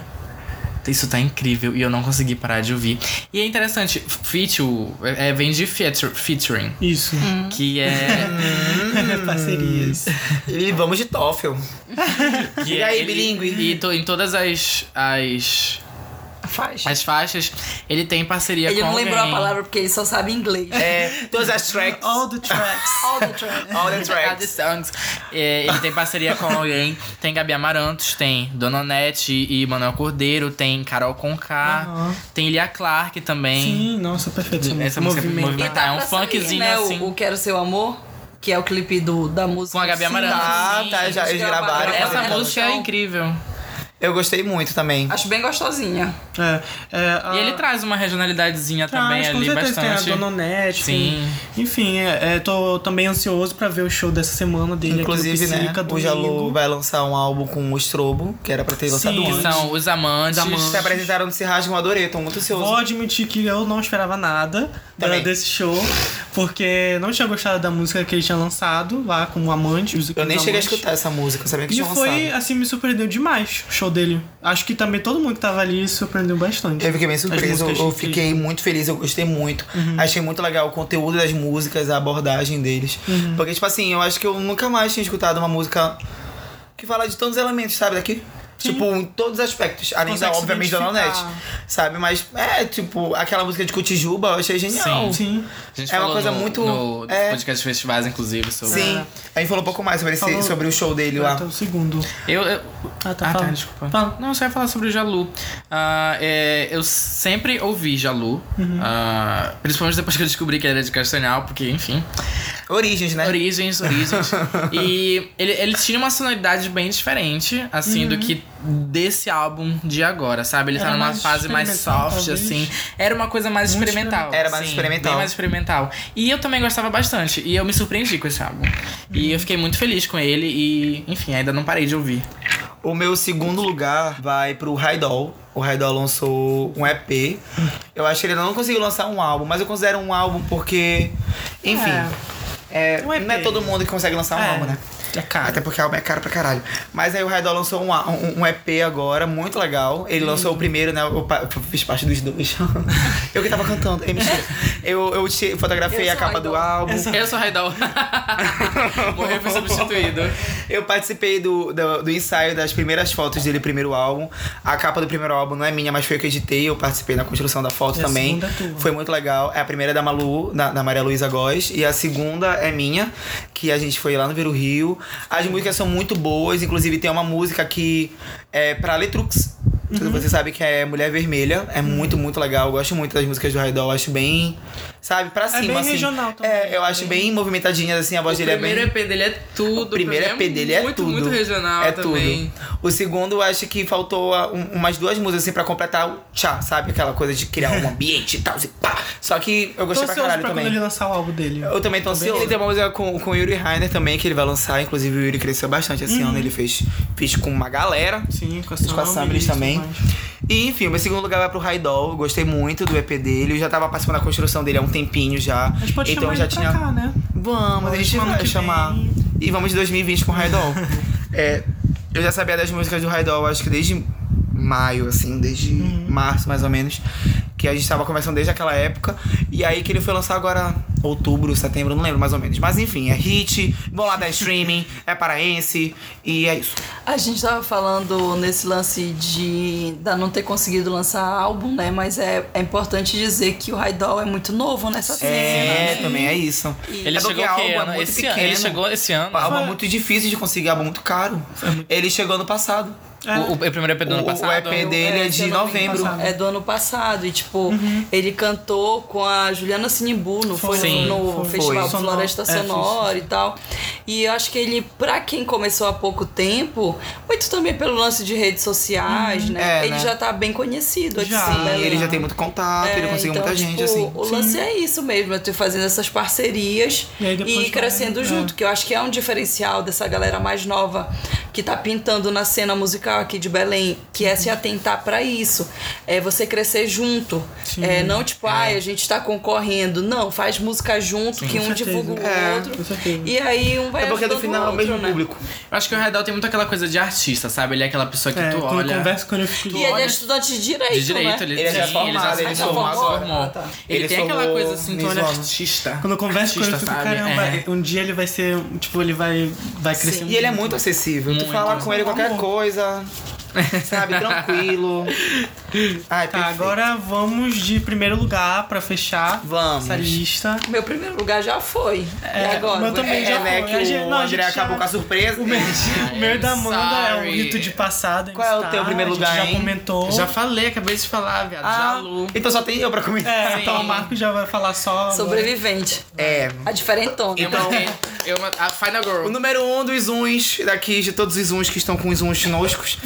S4: isso tá incrível e eu não consegui parar de ouvir. E é interessante, feat, o- é, vem de feature- featuring,
S3: Isso.
S1: (laughs)
S4: que é.
S1: Hum.
S3: (laughs) Parcerias.
S1: E vamos de TOEFL.
S4: que
S1: E
S4: é
S1: aí,
S4: ele-
S1: bilingue?
S4: E to- em todas as, as,
S2: Faz.
S4: as faixas, ele tem parceria
S2: Ele
S4: com
S2: não lembrou a
S4: alguém.
S2: palavra porque ele só sabe inglês.
S1: É, todas as tracks.
S3: All the tracks.
S2: All the time.
S1: All the
S4: Ah, The
S1: tracks.
S4: Songs. É, ele tem parceria com alguém. Tem Gabi Amarantos, tem Dona Nete e Manuel Cordeiro, tem Carol Conká, tem Lia Clark também.
S3: Sim, nossa, perfeito.
S4: Essa música é
S3: Movimento.
S4: movimentada. é um
S2: pra sair,
S4: funkzinho
S2: né,
S4: assim.
S2: O, o Quero Seu Amor, que é o clipe do, da música.
S4: Com a Gabi
S2: Sim.
S4: Amarantos.
S1: Tá, tá, já, eles gravaram.
S4: Essa
S2: É,
S4: música é
S2: então.
S4: incrível.
S1: Eu gostei muito também.
S2: Acho bem gostosinha.
S3: É, é,
S1: Ah.
S3: a-
S4: E ele traz uma regionalidadezinha também
S3: com
S4: ali
S3: certeza,
S4: bastante.
S3: Tem a Dononete.
S4: Sim.
S3: tem- Enfim, é, é, tô também ansioso pra ver o show dessa semana dele.
S1: Inclusive,
S3: aqui, no
S1: né,
S3: Psica,
S1: o Jalu
S3: domingo.
S1: vai lançar um álbum com o Strobo, que era pra ter lançado
S3: é Sim.
S1: antes.
S4: Que são os amantes.
S1: Os amantes se apresentaram no Cirrasgo, eu adorei, tô muito ansioso.
S3: Vou admitir que eu não esperava nada da-
S1: Também.
S3: desse show, porque não tinha gostado da música que ele tinha lançado lá com o Amante. Os
S1: Eu nem
S3: Amante.
S1: cheguei a escutar essa música, eu sabia que
S3: tá E
S1: tinha
S3: foi,
S1: lançado.
S3: assim, me surpreendeu demais o show dele. Acho que também todo mundo que tava ali se surpreendeu bastante.
S1: Eu fiquei bem
S3: As
S1: surpreso, eu,
S3: músicas
S1: eu
S3: que- Uhum.
S1: fiquei muito feliz, eu gostei muito. Achei muito legal o conteúdo das músicas, a abordagem deles.
S3: Uhum.
S1: Porque, tipo assim, eu acho que eu nunca mais tinha escutado uma música que fala de todos os elementos, sabe, daqui? Tipo, em todos os aspectos. Além
S3: Consegue
S1: da,
S3: se
S1: obviamente, da Lonete.
S3: identificar.
S1: Sabe? Mas, é, tipo, aquela música de Cotijuba, eu achei genial.
S3: Sim.
S4: A gente
S1: É uma
S4: falou
S1: coisa
S4: no-
S1: muito-
S4: No
S1: é.
S4: podcast festivais, inclusive, sobre.
S1: Sim. A gente falou um pouco mais sobre, esse-
S3: Falou.
S1: sobre o show dele lá.
S3: Até o Então, segundo.
S4: Eu, eu-
S3: Ah, tá,
S4: Ah, tá,
S3: fala.
S4: desculpa.
S3: Fala.
S4: Não, você vai falar sobre o Jalu. Ah, é, eu sempre ouvi Jalu. ah, principalmente depois que eu descobri que ele era de Castanhal, porque, enfim.
S1: Origens, né?
S4: Origens, origens. e ele, ele tinha uma sonoridade bem diferente, assim, do que desse álbum de agora, sabe? Ele tá
S3: Era
S4: numa
S3: mais
S4: fase mais
S3: experimental,
S4: soft,
S3: talvez.
S4: assim. Era uma coisa mais
S3: Muito
S4: experimental.
S1: Era mais
S4: sim,
S1: experimental.
S4: Bem mais experimental. E eu também gostava bastante. E eu me surpreendi com esse álbum. E eu fiquei muito feliz com ele. E, enfim, ainda não parei de ouvir.
S1: O meu segundo lugar vai pro Raidol. O Raidol lançou um EP. Eu acho que ele não conseguiu lançar um álbum, mas eu considero um álbum porque. Enfim. é,
S3: Um EP.
S1: não é todo mundo que consegue lançar um
S3: É.
S1: álbum, né?
S3: É caro.
S1: Até porque o álbum é caro pra caralho. Mas aí o Raidol lançou um, á- um- um EP agora, muito legal. Ele lançou o primeiro, né? Eu, pa- eu fiz parte dos dois. (laughs) eu que tava cantando. É, mentira. Eu, eu te- fotografei
S2: Eu
S1: a
S2: sou
S1: capa do
S2: Raidol.
S1: álbum.
S4: Eu sou
S1: (laughs)
S4: Raidal. Morreu foi substituído.
S1: Eu participei do, do, do ensaio das primeiras fotos dele, primeiro álbum. A capa do primeiro álbum não é minha, mas foi eu que editei. Eu participei na construção da foto
S3: E a
S1: também.
S3: segunda é tua.
S1: Foi muito legal. É a primeira é da Malu, da, da Maria Luísa Góes. E a segunda é minha, que a gente foi lá no Viro Rio. As músicas são muito boas. Inclusive, tem uma música que é pra Letrux.
S3: Uhum.
S1: Você sabe que é Mulher Vermelha. É muito, muito legal. Eu gosto muito das músas do Raidol. Acho bem... Sabe? Pra cima,
S3: É bem
S1: assim.
S3: regional também.
S1: É, eu acho bem movimentadinhas, assim. A voz
S4: O
S1: dele é bem...
S4: primeiro EP dele é tudo.
S1: O primeiro EP dele é
S4: muito,
S1: tudo.
S4: Muito regional
S1: é
S4: também.
S1: tudo. O segundo, eu acho que faltou ah, um- umas duas músicas assim pra completar o tchá, sabe? Aquela coisa de criar um ambiente e tal, assim, pá. Só que eu
S3: Tô
S1: gostei pra
S3: ansioso
S1: caralho
S3: pra quando
S1: também.
S3: ele lançar o álbum dele.
S1: Eu também tô ansioso. Ele tem uma música com, com o Yuri Rainer também, que ele vai lançar. Inclusive, o Yuri cresceu bastante esse ano. Ele fez, fez com uma galera.
S3: Uhum. Sim, com a
S1: Fiz com a Sambles também.
S4: é
S1: E enfim, o meu segundo lugar vai pro Raidol. Eu Gostei muito do EP dele. Eu já tava participando da construção dele há um tempinho já.
S3: A gente pode
S1: então
S3: chamar
S1: eu já
S3: ele
S1: tinha.
S3: pra cá, né?
S1: Vamos, a gente
S3: Vamos ano
S1: vai
S3: que
S1: chamar.
S3: vem.
S1: E vamos de 2020 com o
S3: (laughs)
S1: Raidol. É, eu já sabia das músicas do Raidol, acho que desde maio, assim, desde
S3: Uhum.
S1: março mais ou menos. Que a gente tava conversando desde aquela época. E aí que ele foi lançar agora, outubro, setembro, não lembro mais ou menos. Mas enfim, é hit, vão lá dar streaming, é paraense. E é isso.
S2: A gente tava falando nesse lance de da não ter conseguido lançar álbum, né? Mas é, é importante dizer que o Raidol é muito novo nessa cena.
S1: É,
S2: né?
S1: também é isso.
S2: E-
S4: Ele
S1: É porque
S4: chegou
S1: a
S4: que
S1: álbum é
S4: ano?
S1: muito
S4: esse ano?
S1: pequeno.
S4: Ele chegou esse ano.
S1: Álbum é muito difícil de conseguir, álbum muito caro. Ele chegou ano passado.
S4: O, o primeiro EP do ano
S1: Ah. O- o
S4: passado.
S1: EP dele é
S2: esse
S1: de
S2: ano
S1: novembro. Uhum.
S2: passado. É do ano passado. E, tipo, ele cantou com a Juliana Sinimbu, não foi,
S4: Sim,
S2: no, no
S3: foi.
S2: Festival
S3: Foi.
S2: Floresta
S3: É, foi.
S2: Sonora e tal. E eu acho que ele, pra quem começou há pouco tempo, muito também pelo lance de redes sociais, né?
S1: É,
S2: ele
S1: né?
S2: já tá bem conhecido assim, né? aqui.
S3: Já.
S2: em Belém.
S1: E ele já tem muito contato, ele
S2: É,
S1: conseguiu
S2: então,
S1: muita gente,
S2: tipo,
S1: assim.
S2: O lance é isso mesmo, eu tô fazendo essas parcerias
S3: E aí
S2: e,
S3: depois vai-
S2: crescendo
S3: é.
S2: junto, que eu acho que é um diferencial dessa galera mais nova que tá pintando na cena musical aqui de Belém, que é
S3: Uhum.
S2: se atentar pra isso. É você crescer junto. É, não tipo, ai, a gente tá concorrendo. Não, faz música junto, que
S3: com
S2: um
S3: certeza.
S2: divulga o
S1: É,
S3: com
S2: outro.
S3: certeza.
S2: E aí um vai
S1: É porque no
S2: ajudando
S1: final é o
S2: outro,
S1: mesmo
S2: né?
S1: público.
S4: Eu acho que o Redal tem muito aquela coisa de artista, sabe? Ele é aquela pessoa que
S3: É,
S4: tu
S3: quando
S4: olha.
S3: eu converso com ele, eu fico...
S2: E ele é
S4: olha-
S2: estudante de direito,
S4: De direito,
S2: né?
S4: ele,
S1: Ele já é
S4: sim,
S1: formado,
S4: já se
S1: ele
S2: se formou.
S4: formou.
S2: Ah, tá.
S4: Ele,
S1: Ele
S4: tem aquela
S1: formou
S4: coisa assim, tu
S1: Miss
S4: olha
S1: Nova.
S4: artista.
S3: Quando eu converso com ele, eu
S4: artista,
S3: fico,
S4: sabe?
S3: caramba,
S4: É.
S3: um dia ele vai ser, tipo, ele vai, vai crescer um
S1: E ele é
S3: dia.
S1: muito acessível.
S4: Muito.
S1: Tu fala com ele qualquer coisa,
S3: (laughs)
S1: sabe? Tranquilo. Ai,
S3: Tá,
S1: perfeito.
S3: agora vamos de primeiro lugar pra fechar
S1: Vamos.
S3: essa lista.
S2: Meu primeiro lugar já foi. e agora?
S3: o meu
S1: É,
S3: também já
S1: né,
S3: foi.
S1: que
S3: A gente-
S1: o
S3: não, a
S1: André
S3: gente já-
S1: acabou com a surpresa. (laughs)
S3: O meu, (laughs) o meu
S4: I'm
S3: da Amanda é um
S4: sorry.
S3: rito de passado.
S1: Qual é o
S3: está,
S1: teu primeiro
S3: A
S1: lugar,
S3: gente já
S1: hein?
S3: comentou.
S4: Já falei, acabei de falar, viado. já Lu.
S1: Então só tem eu pra comentar.
S3: É,
S4: Sim.
S3: então o Marco já vai falar só.
S2: Sobrevivente. né?
S1: É.
S2: A diferentona.
S1: Então-
S4: Eu matei. Eu matei. A Final
S1: O
S4: Girl.
S1: número um dos uns daqui, de todos os uns que estão com os uns
S2: (laughs)
S1: noscos,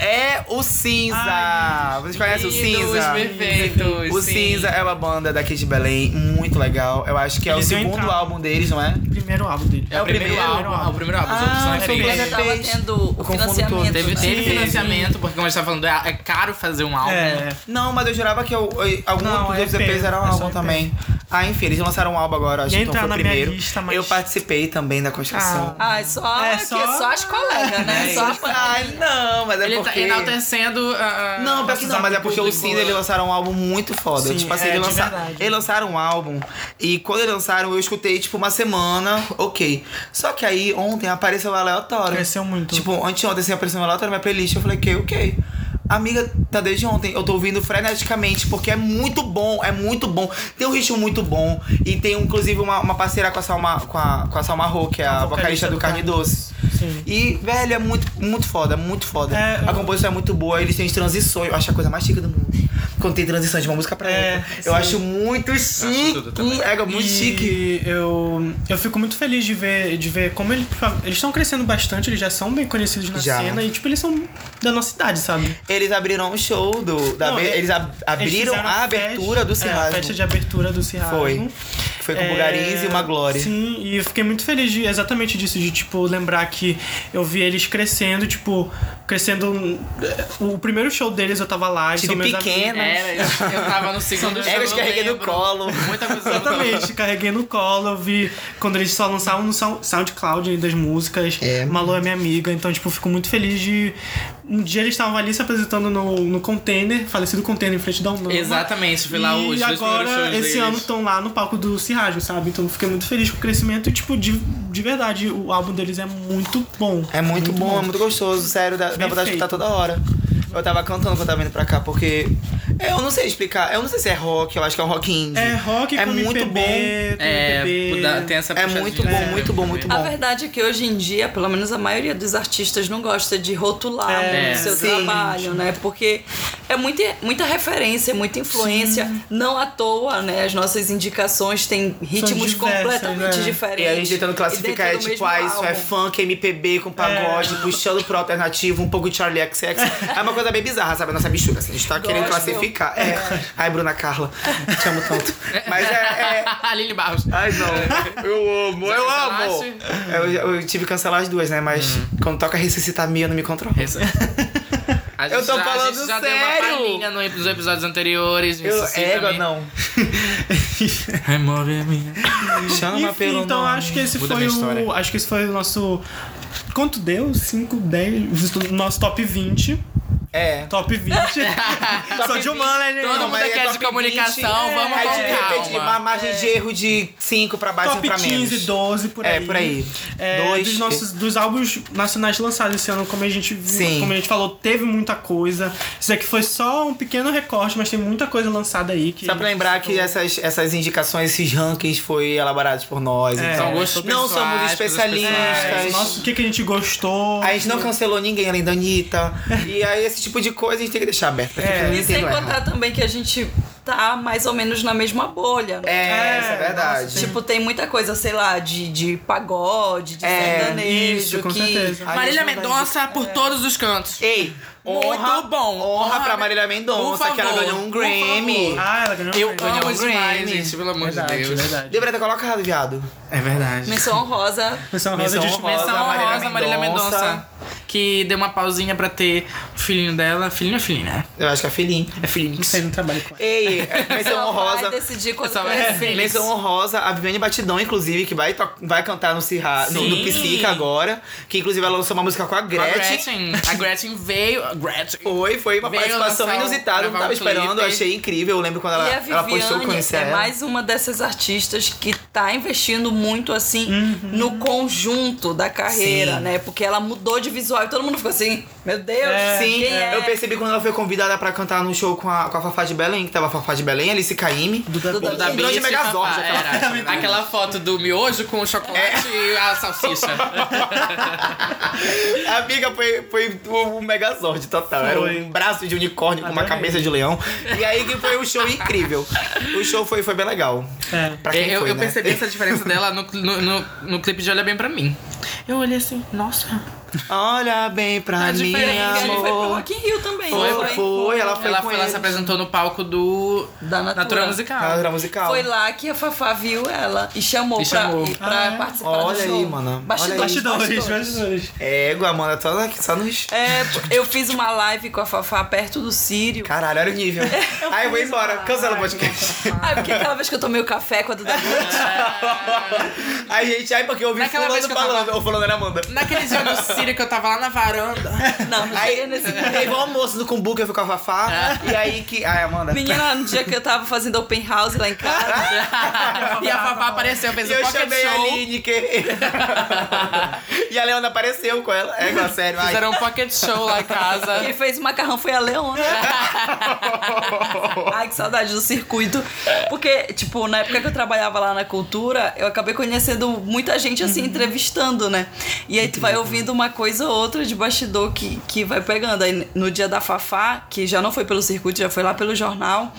S1: é o Cinza. Vocês conhecem o
S4: Os
S1: Cinza?
S4: perfeitos.
S1: O
S4: sim.
S1: Cinza é uma banda daqui de Belém, muito legal. Eu acho que é
S3: Eles
S1: o
S3: iam
S1: segundo
S3: entrar.
S1: álbum deles, não é?
S3: O primeiro álbum dele.
S4: É o primeiro álbum. É o primeiro álbum. Os outros são
S1: Ah, foi
S4: três.
S1: bem.
S2: Quando tava
S1: Fez.
S2: tendo o
S1: Confundo
S2: financiamento.
S1: todo.
S4: Teve,
S2: né?
S4: teve
S3: Sim.
S4: financiamento, porque como a gente tá falando, é, é caro fazer um álbum.
S3: É.
S1: Não, mas eu jurava que eu, eu, algum
S3: Não,
S1: outro
S3: é
S1: dos EPs
S3: EP,
S1: era um
S3: é só
S1: álbum
S3: EP.
S1: também. Ah, enfim, eles lançaram um álbum agora, acho
S3: Ia
S1: que então
S3: entrar
S1: foi o
S3: na minha
S1: primeiro.
S3: lista, mas-
S1: Eu participei também da construção.
S2: Ai, só,
S3: É,
S2: que-
S3: só-
S2: só as colegas, né?
S1: É
S2: Só a
S1: Ai, não, mas é
S4: Ele tá
S1: porque...
S4: enaltecendo ah, a. a-
S1: Não, pior que não,
S3: Precisava
S1: mas é
S3: do
S1: porque o
S3: público,
S1: Cinza
S3: né?
S1: ele lançaram um álbum muito foda.
S3: Sim,
S1: tipo assim,
S3: é,
S1: ele
S3: de
S1: lança...
S3: verdade.
S1: eles lançaram um álbum e quando eles lançaram eu escutei tipo uma semana, ok. Só que aí ontem apareceu o aleatório.
S3: Cresceu muito.
S1: Tipo, anteontem assim, apareceu o aleatório na minha playlist. Eu falei, ok, ok. Amiga, tá desde ontem. Eu tô ouvindo freneticamente, porque é muito bom, é muito bom. Tem um ritmo muito bom. E tem, inclusive, uma, uma parceira com a Salma, com a, com a Salma Rô, que é a, vocalista, do Carne Doce.
S3: Sim.
S1: E, velho, é muito, muito foda, muito foda.
S3: É,
S1: a
S3: eu-
S1: composição é muito boa, eles têm transições. Eu acho a coisa mais chique do mundo. Quando tem transição de uma música pra
S3: É,
S1: outra.
S3: sim.
S1: Eu acho muito
S4: tudo
S1: chique.
S4: também.
S1: É, é muito
S3: e
S1: chique.
S3: Eu, eu fico muito feliz de ver, de ver como eles eles estão crescendo bastante, eles já são bem conhecidos na
S1: Já.
S3: cena e tipo, eles são da nossa idade, sabe?
S1: Eles abriram um show do. Da,
S3: Não,
S1: ve-
S3: e-
S1: eles ab-
S3: Eles
S1: abriram
S3: fizeram
S1: a
S3: festa-
S1: abertura do
S3: É, a
S1: Cirrasmo.
S3: festa de abertura do Cirrasmo. É,
S1: Foi. Foi com o Bulgariz
S2: É,
S1: e uma Glória.
S3: Sim, e eu fiquei muito feliz de, exatamente disso, de, tipo, lembrar que eu vi eles crescendo, tipo, crescendo... O primeiro show deles eu tava lá. e
S1: Tipo,
S3: são meus
S1: pequeno.
S4: Era, é, eu tava no segundo
S1: (laughs)
S4: jogo.
S1: Era os carreguei no colo.
S4: Muita coisa.
S3: Exatamente, carreguei no colo, eu vi quando eles só lançavam no Sou- SoundCloud ainda as músicas.
S1: É.
S3: Malu é minha amiga, então, tipo, fico muito feliz de. Um dia eles estavam ali se apresentando no, no container, falecido container em frente da Unama.
S4: Exatamente, foi lá os
S3: E
S4: dois primeiros
S3: agora,
S4: shows
S3: esse
S4: deles.
S3: ano, estão lá no palco do Cirragem, sabe? Então, fiquei muito feliz com o crescimento e, tipo, de, de verdade, o álbum deles é muito bom.
S1: É muito, bom, é muito gostoso, sério, dá, dá
S3: Bem
S1: vontade de escutar
S3: feito.
S1: toda hora. Eu tava cantando quando eu tava vindo pra cá, porque. Eu não sei explicar. Eu não sei se é rock, eu acho que é um rock indie.
S3: É rock
S1: É
S3: com
S1: muito
S3: MPB,
S1: bom.
S3: com
S4: É,
S3: MPB.
S4: o da- tem essa
S1: É muito
S4: puxadinha,
S1: bom,
S4: né?
S1: muito bom,
S4: (laughs)
S1: muito
S2: A
S1: bom.
S2: verdade é que hoje em dia, pelo menos a maioria dos artistas não gosta de rotular
S3: É,
S2: o seu
S1: sim.
S2: trabalho, né? Porque é muita, muita referência, muita influência. Não à toa, né? As nossas indicações têm ritmos
S3: diversas,
S2: completamente
S3: né?
S2: diferentes.
S1: E a gente tentando classificar, é
S2: dentro do
S1: tipo,
S2: mesmo
S1: ah, isso é
S2: álbum. É.
S1: funk, MPB com pagode, puxando pro alternativo, um pouco de Charlie XX.
S2: (laughs)
S1: É uma coisa bem bizarra, sabe? A nossa bichuca, assim, a gente tá querendo
S2: Gospel.
S1: classificar. É. Ai, Bruna Carla, te amo
S2: (laughs)
S1: tanto. Mas é- é,
S4: Lili Barros.
S1: Ai, não. Eu amo, eu amo.
S4: cancelaste?
S1: É, Eu, eu tive que cancelar as duas, né? Mas quando toca ressuscitar Mia, eu não me controlo.
S3: (laughs)
S4: Essa- A gente
S1: Eu tô
S4: já, a
S1: falando
S4: gente já deu
S1: sério.
S4: uma palhinha no- nos episódios anteriores.
S1: Eu,
S4: ressuscita-me.
S1: égua, não.
S4: Remove a minha.
S1: Chama
S3: Enfim,
S1: Ah, pelo
S3: então
S1: nome.
S3: acho que esse
S4: Muda
S3: foi
S4: minha
S3: o.
S4: história.
S3: Acho que esse foi o nosso. Quanto deu? 5, 10. Nosso top 20.
S1: É.
S3: Top 20. Só de humano, né, gente?
S4: Todo
S1: Não,
S4: mundo
S1: mas
S4: aqui é
S1: top
S4: de comunicação,
S1: 20,
S4: vamos
S1: é,
S4: com
S1: de repente,
S4: calma.
S1: Uma margem de erro de 5 pra baixo
S3: Top
S1: pra
S3: 15,
S1: menos.
S3: 12, por
S1: É,
S3: aí.
S1: por aí.
S3: É,
S1: Dois-
S3: Dos, nossos, dos álbuns nacionais lançados esse ano, como a gente viu,
S1: Sim.
S3: como a gente falou, teve muita coisa. Isso aqui foi só um pequeno recorte, mas tem muita coisa lançada aí. Que
S1: Só pra lembrar que essas, essas indicações, esses rankings foi elaborados por nós.
S3: É.
S1: Então,
S4: São gostos
S1: não
S4: pessoais,
S1: somos
S4: coisas
S1: especialistas.
S4: pessoais.
S3: É, nossa, o que, que a gente gostou.
S1: A gente não cancelou ninguém além da Anitta. e aí, esse tipo de coisa a gente tem que deixar aberto. porque é não
S2: E sem
S1: entendo ela.
S2: contar também que a gente tá mais ou menos na mesma bolha, né?
S1: É,
S3: É,
S1: isso é verdade.
S2: Tipo, tem muita coisa, sei lá, de, de pagode, de
S1: É,
S2: sertanejo,
S3: isso, com
S2: que.
S3: certeza.
S1: Ai,
S4: Marília
S1: não vai-
S4: É. Mendonça por todos os cantos.
S1: Ei, honra,
S4: Muito bom.
S1: Honra pra
S4: Honra-
S1: Marília
S4: Por
S1: Mendonça,
S4: favor,
S1: que ela ganhou um
S4: por
S1: Grammy.
S4: favor.
S3: Ah, ela ganhou
S4: Eu
S3: um prêmio.
S1: ganhou
S4: amo
S1: um
S4: demais,
S1: Grammy.
S4: gente, pelo amor
S3: Verdade,
S4: de Deus.
S3: verdade.
S1: Deveria ter colocado, viado.
S4: É verdade.
S2: Menção honrosa.
S3: Missão Rosa
S1: Menção
S3: de
S1: honrosa.
S4: Menção
S1: Marília
S4: honrosa, Marília
S1: Mendonça.
S4: Mendonça. Que deu uma pausinha pra ter o filhinho dela. Filhinho ou filhinha?
S1: Eu acho que é filhinho.
S4: É filhinho.
S3: Não sei, não trabalho com ela.
S1: Ei, (laughs) menção
S2: (laughs) Ela
S1: honrosa.
S2: Vai decidir quando
S4: Essa vai-
S1: é.
S2: crescer.
S4: Feliz.
S1: Menção honrosa, a Viviane Batidão, inclusive, que vai, to- vai cantar no, Cirra, no, no
S4: Sim.
S1: Psica agora. Que inclusive ela lançou uma música com a
S4: A
S1: Gretchen.
S4: Gretchen. A Gretchen veio. A Gretchen.
S1: Foi, foi uma
S4: Veio
S1: participação
S4: lançar o-
S1: inusitada, eu não
S4: gravar
S1: tava
S4: um clipe.
S1: esperando, eu achei incrível. Eu lembro quando ela,
S2: e a
S1: ela postou
S2: Viviane
S1: conhecer
S2: é
S1: ela.
S2: mais uma dessas artistas que tá investindo muito assim no conjunto da carreira,
S1: Uhum. Sim.
S2: né? Porque ela mudou de visual e todo mundo ficou assim, meu Deus,
S3: É,
S2: sim,
S1: Sim,
S2: quem é?
S1: eu percebi quando ela foi convidada pra cantar no show com a, com a Fafá de Belém, que tava a Fafá de Belém, Alice Caymmi.
S2: Duda
S1: Da
S2: Beat.
S1: Beat. grande
S4: Beyoncé
S1: Megazord,
S4: Fafá,
S1: aquela- né? É.
S4: era. Aquela foto do miojo com o chocolate e a salsicha.
S1: A (laughs) amiga foi, foi um megazord total. Era
S3: Foi.
S1: um braço de unicórnio com uma
S3: Adorei.
S1: cabeça de leão. E aí que foi um show incrível. O show foi, foi bem legal.
S3: É.
S1: (laughs) Pra quem
S4: eu,
S1: foi,
S4: eu
S1: né?
S4: percebi essa diferença dela no, no, no, no clipe de Olha Bem Pra Mim. Eu olhei assim, nossa.
S1: Olha bem pra
S4: Tá
S1: mim,
S2: E a Viviane foi pro
S1: amor.
S2: Rock in Rio também,
S1: Foi,
S2: não
S1: foi, foi, ela foi
S4: ela
S1: com
S4: foi lá
S1: ele.
S4: se apresentou no palco do.
S2: Da Natura.
S4: Natura Musical.
S1: Na hora musical.
S2: Foi lá que a Fafá viu ela e chamou,
S4: E chamou.
S2: pra, pra
S3: Ah, é?
S2: participar
S1: Olha
S2: do
S1: aí,
S2: show.
S1: mano. Olha aí.
S2: Bastidores,
S3: Bastidores,
S2: bastidores.
S3: bastidores.
S1: Égua, mano, eu tô aqui só nos.
S2: É, eu fiz uma live com a Fafá perto do Sírio.
S1: Caralho, olha o nível. Aí eu vou embora, cancela o podcast.
S2: Ah, porque aquela vez que eu tomei o café com a Duda Beat,
S1: (laughs) Aí, gente, aí porque eu ouvi
S4: Naquela vez
S1: fulano
S4: que eu tava-
S1: falando, ou fulano era Amanda.
S4: Naquele dia no Sírio que eu tava lá na varanda.
S2: Não, não
S1: Aí
S2: cheguei nesse
S1: teve um almoço no Cumbu que eu fui com a Fafá.
S4: É.
S1: E aí que. Ai, Amanda.
S2: Menina, no dia que eu tava fazendo open house lá em casa,
S4: (laughs) e a Fafá apareceu, fez
S1: E
S4: um
S1: eu
S4: pocket
S1: chamei a
S4: show.
S1: Lineker. (laughs) e a Leona apareceu com ela. É, igual, sério. ai.
S4: Fizeram um pocket show lá em (laughs) casa.
S2: quem fez o macarrão foi a Leona. (laughs) Ai, que saudade do circuito. Porque, tipo, na época que eu trabalhava lá na cultura, eu acabei conhecendo muita gente, assim, entrevistando, né? E aí tu vai ouvindo uma coisa ou outra de bastidor que, que vai pegando. Aí no dia da Fafá, que já não foi pelo circuito, já foi lá pelo jornal,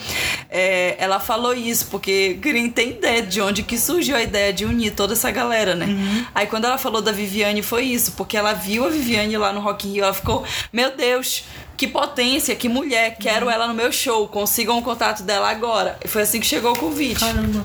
S2: é, ela falou isso, porque queria entender de onde que surgiu a ideia de unir toda essa galera, né? Aí quando ela falou da Viviane, foi isso, porque ela viu a Viviane lá no Rock in Rio, ela ficou, meu Deus, que potência, que mulher, quero ela no meu show, consigam o contato dela agora. E foi assim que chegou o convite.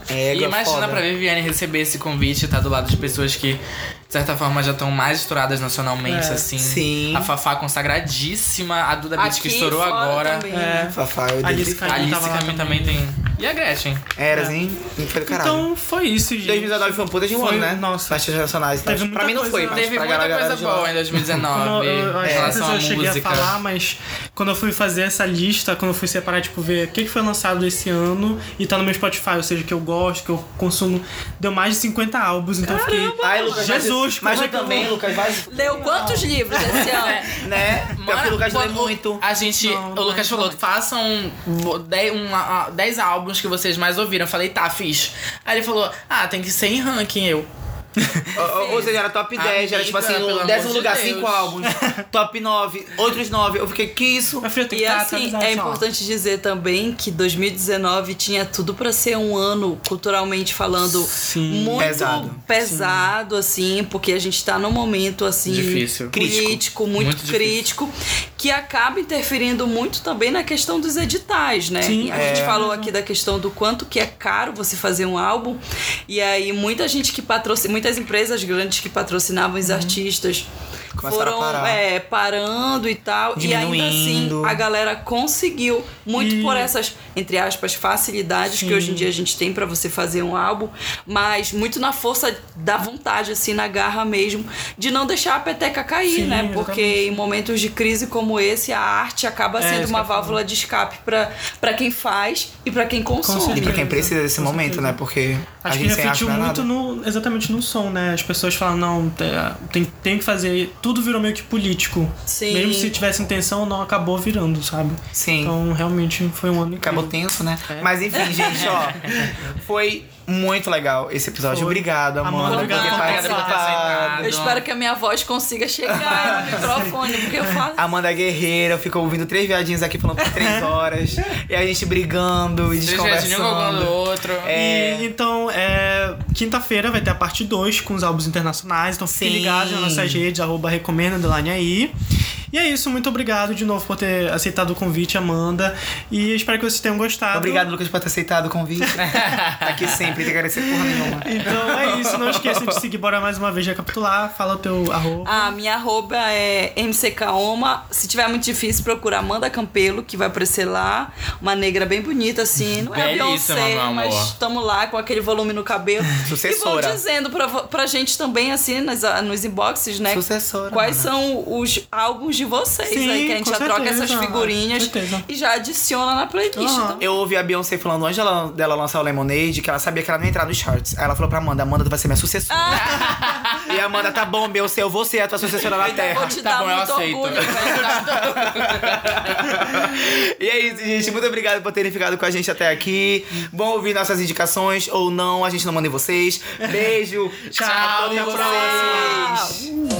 S1: É,
S4: E
S1: igual,
S4: imagina
S1: foda.
S4: pra Viviane receber esse convite e tá do lado de pessoas que, de certa forma, já estão mais estouradas nacionalmente,
S3: É.
S4: assim.
S1: Sim.
S4: A Fafá consagradíssima, a Duda Beat que estourou
S2: fora
S4: agora.
S2: também.
S3: É.
S1: Fafá, eu dei-
S3: Alice
S4: A
S3: Caymmi
S4: Alice
S3: tava lá
S4: Caminho também tem. E a Gretchen?
S1: Era assim. e Foi do caralho.
S3: Então foi isso, gente.
S1: 2019 foi um puta de um
S3: Foi,
S1: ano, né?
S3: nossa.
S1: Nas geracionais.
S3: Teve
S1: pra
S3: muita
S1: mim não foi,
S3: coisa.
S1: mas
S4: Teve
S1: pra
S4: muita
S1: galera,
S4: coisa
S1: de lá.
S4: boa né? em 2019
S3: (laughs) Não, eu, eu
S4: em
S3: acho que
S4: relação
S3: eu
S4: à
S3: cheguei
S4: música.
S3: a falar, mas quando eu fui fazer essa lista, quando eu fui separar, tipo, ver o que que foi lançado esse ano e tá no meu Spotify, ou seja, que eu gosto, que eu consumo, deu mais de 50 álbuns, então eu fiquei.
S1: Ai, Lucas, mas-
S3: Jesus, como
S1: mas
S3: é
S1: eu
S3: que eu
S1: também,
S3: vou-
S1: Lucas, vai.
S2: Leu quantos livros esse ano?
S1: Né? Pior que o Lucas lê
S4: quando
S1: muito.
S4: A gente.
S3: Não,
S4: o Lucas
S3: não,
S4: falou: façam 10 um, a- a- 10 álbuns que vocês mais ouviram. Eu falei, tá, fiz. Aí ele falou: ah, tem que ser em ranking eu.
S1: Ou, ou seja, era top 10, era tipo assim,
S4: Amiga, pelo
S1: no décimo
S4: amor de
S1: lugar,
S4: Deus.
S1: 5 álbuns. top 9, outros 9. Eu fiquei, que isso?
S3: Eu falei, eu tenho
S2: E
S3: que tá
S2: assim,
S3: atualizado,
S2: é
S3: sei lá.
S2: importante dizer também que 2019 tinha tudo pra ser um ano, culturalmente falando,
S3: Sim.
S2: muito
S1: Pesado.
S2: pesado, assim, porque a gente tá num momento assim
S4: Difícil.
S2: crítico,
S1: Crítico.
S2: muito,
S4: Muito difícil.
S2: crítico, que acaba interferindo muito também na questão dos editais, né?
S3: Sim,
S2: E a
S3: é.
S2: gente falou aqui da questão do quanto que é caro você fazer um álbum. E aí muita gente que patrocina, muitas empresas grandes que patrocinavam os artistas
S1: Começaram a
S2: foram
S1: parar.
S2: é, parando e tal, e ainda assim
S1: Diminuindo.
S2: a galera conseguiu muito
S3: E-
S2: por essas entre aspas facilidades que
S3: Sim.
S2: hoje em dia a gente tem pra você fazer um álbum, mas muito na força da vontade assim, na garra mesmo de não deixar a peteca cair,
S3: Sim,
S2: né? Porque
S3: exatamente.
S2: em momentos de crise como esse, a arte acaba
S3: É,
S2: sendo
S3: isso
S2: uma
S3: que eu falo.
S2: válvula de escape pra para quem faz e pra quem
S1: E
S2: consome.
S1: pra quem precisa desse
S3: Com
S1: momento,
S3: certeza.
S1: né? Porque a
S3: Acho que
S1: gente sem arte
S3: refletiu
S1: não é nada.
S3: muito no, exatamente no som, né? As pessoas falam, não, te- tem, tem que fazer. Tudo virou meio que político.
S2: Sim.
S3: Mesmo se tivesse intenção, não acabou virando, sabe?
S1: Sim.
S3: Então realmente foi um ano
S1: Acabou
S3: incrível.
S1: tenso, né? Mas enfim, gente, ó. Foi muito legal esse episódio.
S3: Foi.
S1: Obrigado, Amanda,
S3: Amanda,
S1: por ter
S4: obrigado.
S1: participado.
S4: Obrigado.
S2: Eu espero que a minha voz consiga chegar no
S3: (laughs)
S2: microfone, porque eu falo
S1: Amanda é Guerreira ficou ouvindo três viadinhos aqui falando por três horas. e a gente brigando e
S4: Vocês viajam um do
S1: desconversando.
S4: outro.
S1: É.
S3: E, então, é, quinta-feira vai ter a parte 2 com os álbuns internacionais. Então fiquem
S1: Sim.
S3: ligados nas nossas redes, arroba recomenda underline aí. E é isso, muito obrigado de novo por ter aceitado o convite, Amanda. E espero que vocês tenham gostado.
S1: Obrigado, Lucas, por ter aceitado o convite. tá aqui sempre, tem que agradecer porra nenhuma.
S3: Então é isso, não esqueçam de seguir, bora mais uma vez recapitular. Fala o teu arroba.
S2: A minha arroba é mckaoma. Se tiver muito difícil, procura Amanda Campelo, que vai aparecer lá. Uma negra bem bonita, assim. Não é a
S4: Belíssima,
S2: Beyoncé,
S4: meu amor.
S2: mas estamos lá com aquele volume no cabelo. E
S1: Sucessora.
S2: vão dizendo pra, vo- pra gente também, assim, nas, nos inboxes, né?
S1: Sucessora,
S2: Quais
S1: mana.
S2: são os álbuns de vocês
S3: Sim,
S2: aí, que a gente
S3: com
S2: já troca
S3: certeza,
S2: essas figurinhas
S3: com certeza.
S2: e já adiciona na playlist.
S3: Aham.
S2: Então,
S1: Eu ouvi a Beyoncé falando antes dela, dela lançar o Lemonade, que ela sabia que ela não ia entrar nos charts. Aí ela falou pra Amanda, Amanda, tu vai ser minha (laughs) sucessora. e a Amanda, tá bom, Beyoncé, eu vou ser a tua sucessora na
S2: vou
S1: Terra.
S4: Tá
S2: te Então, dar
S4: bom, eu
S2: muito
S4: aceito.
S2: orgulho, velho.
S1: (laughs) E é isso, gente. Muito obrigado por terem ficado com a gente até aqui. Vão ouvir nossas indicações ou não, a gente não manda em vocês. Beijo. Tchau.
S4: Tchau,
S1: até a
S4: tchau.
S1: próxima.
S2: Tchau.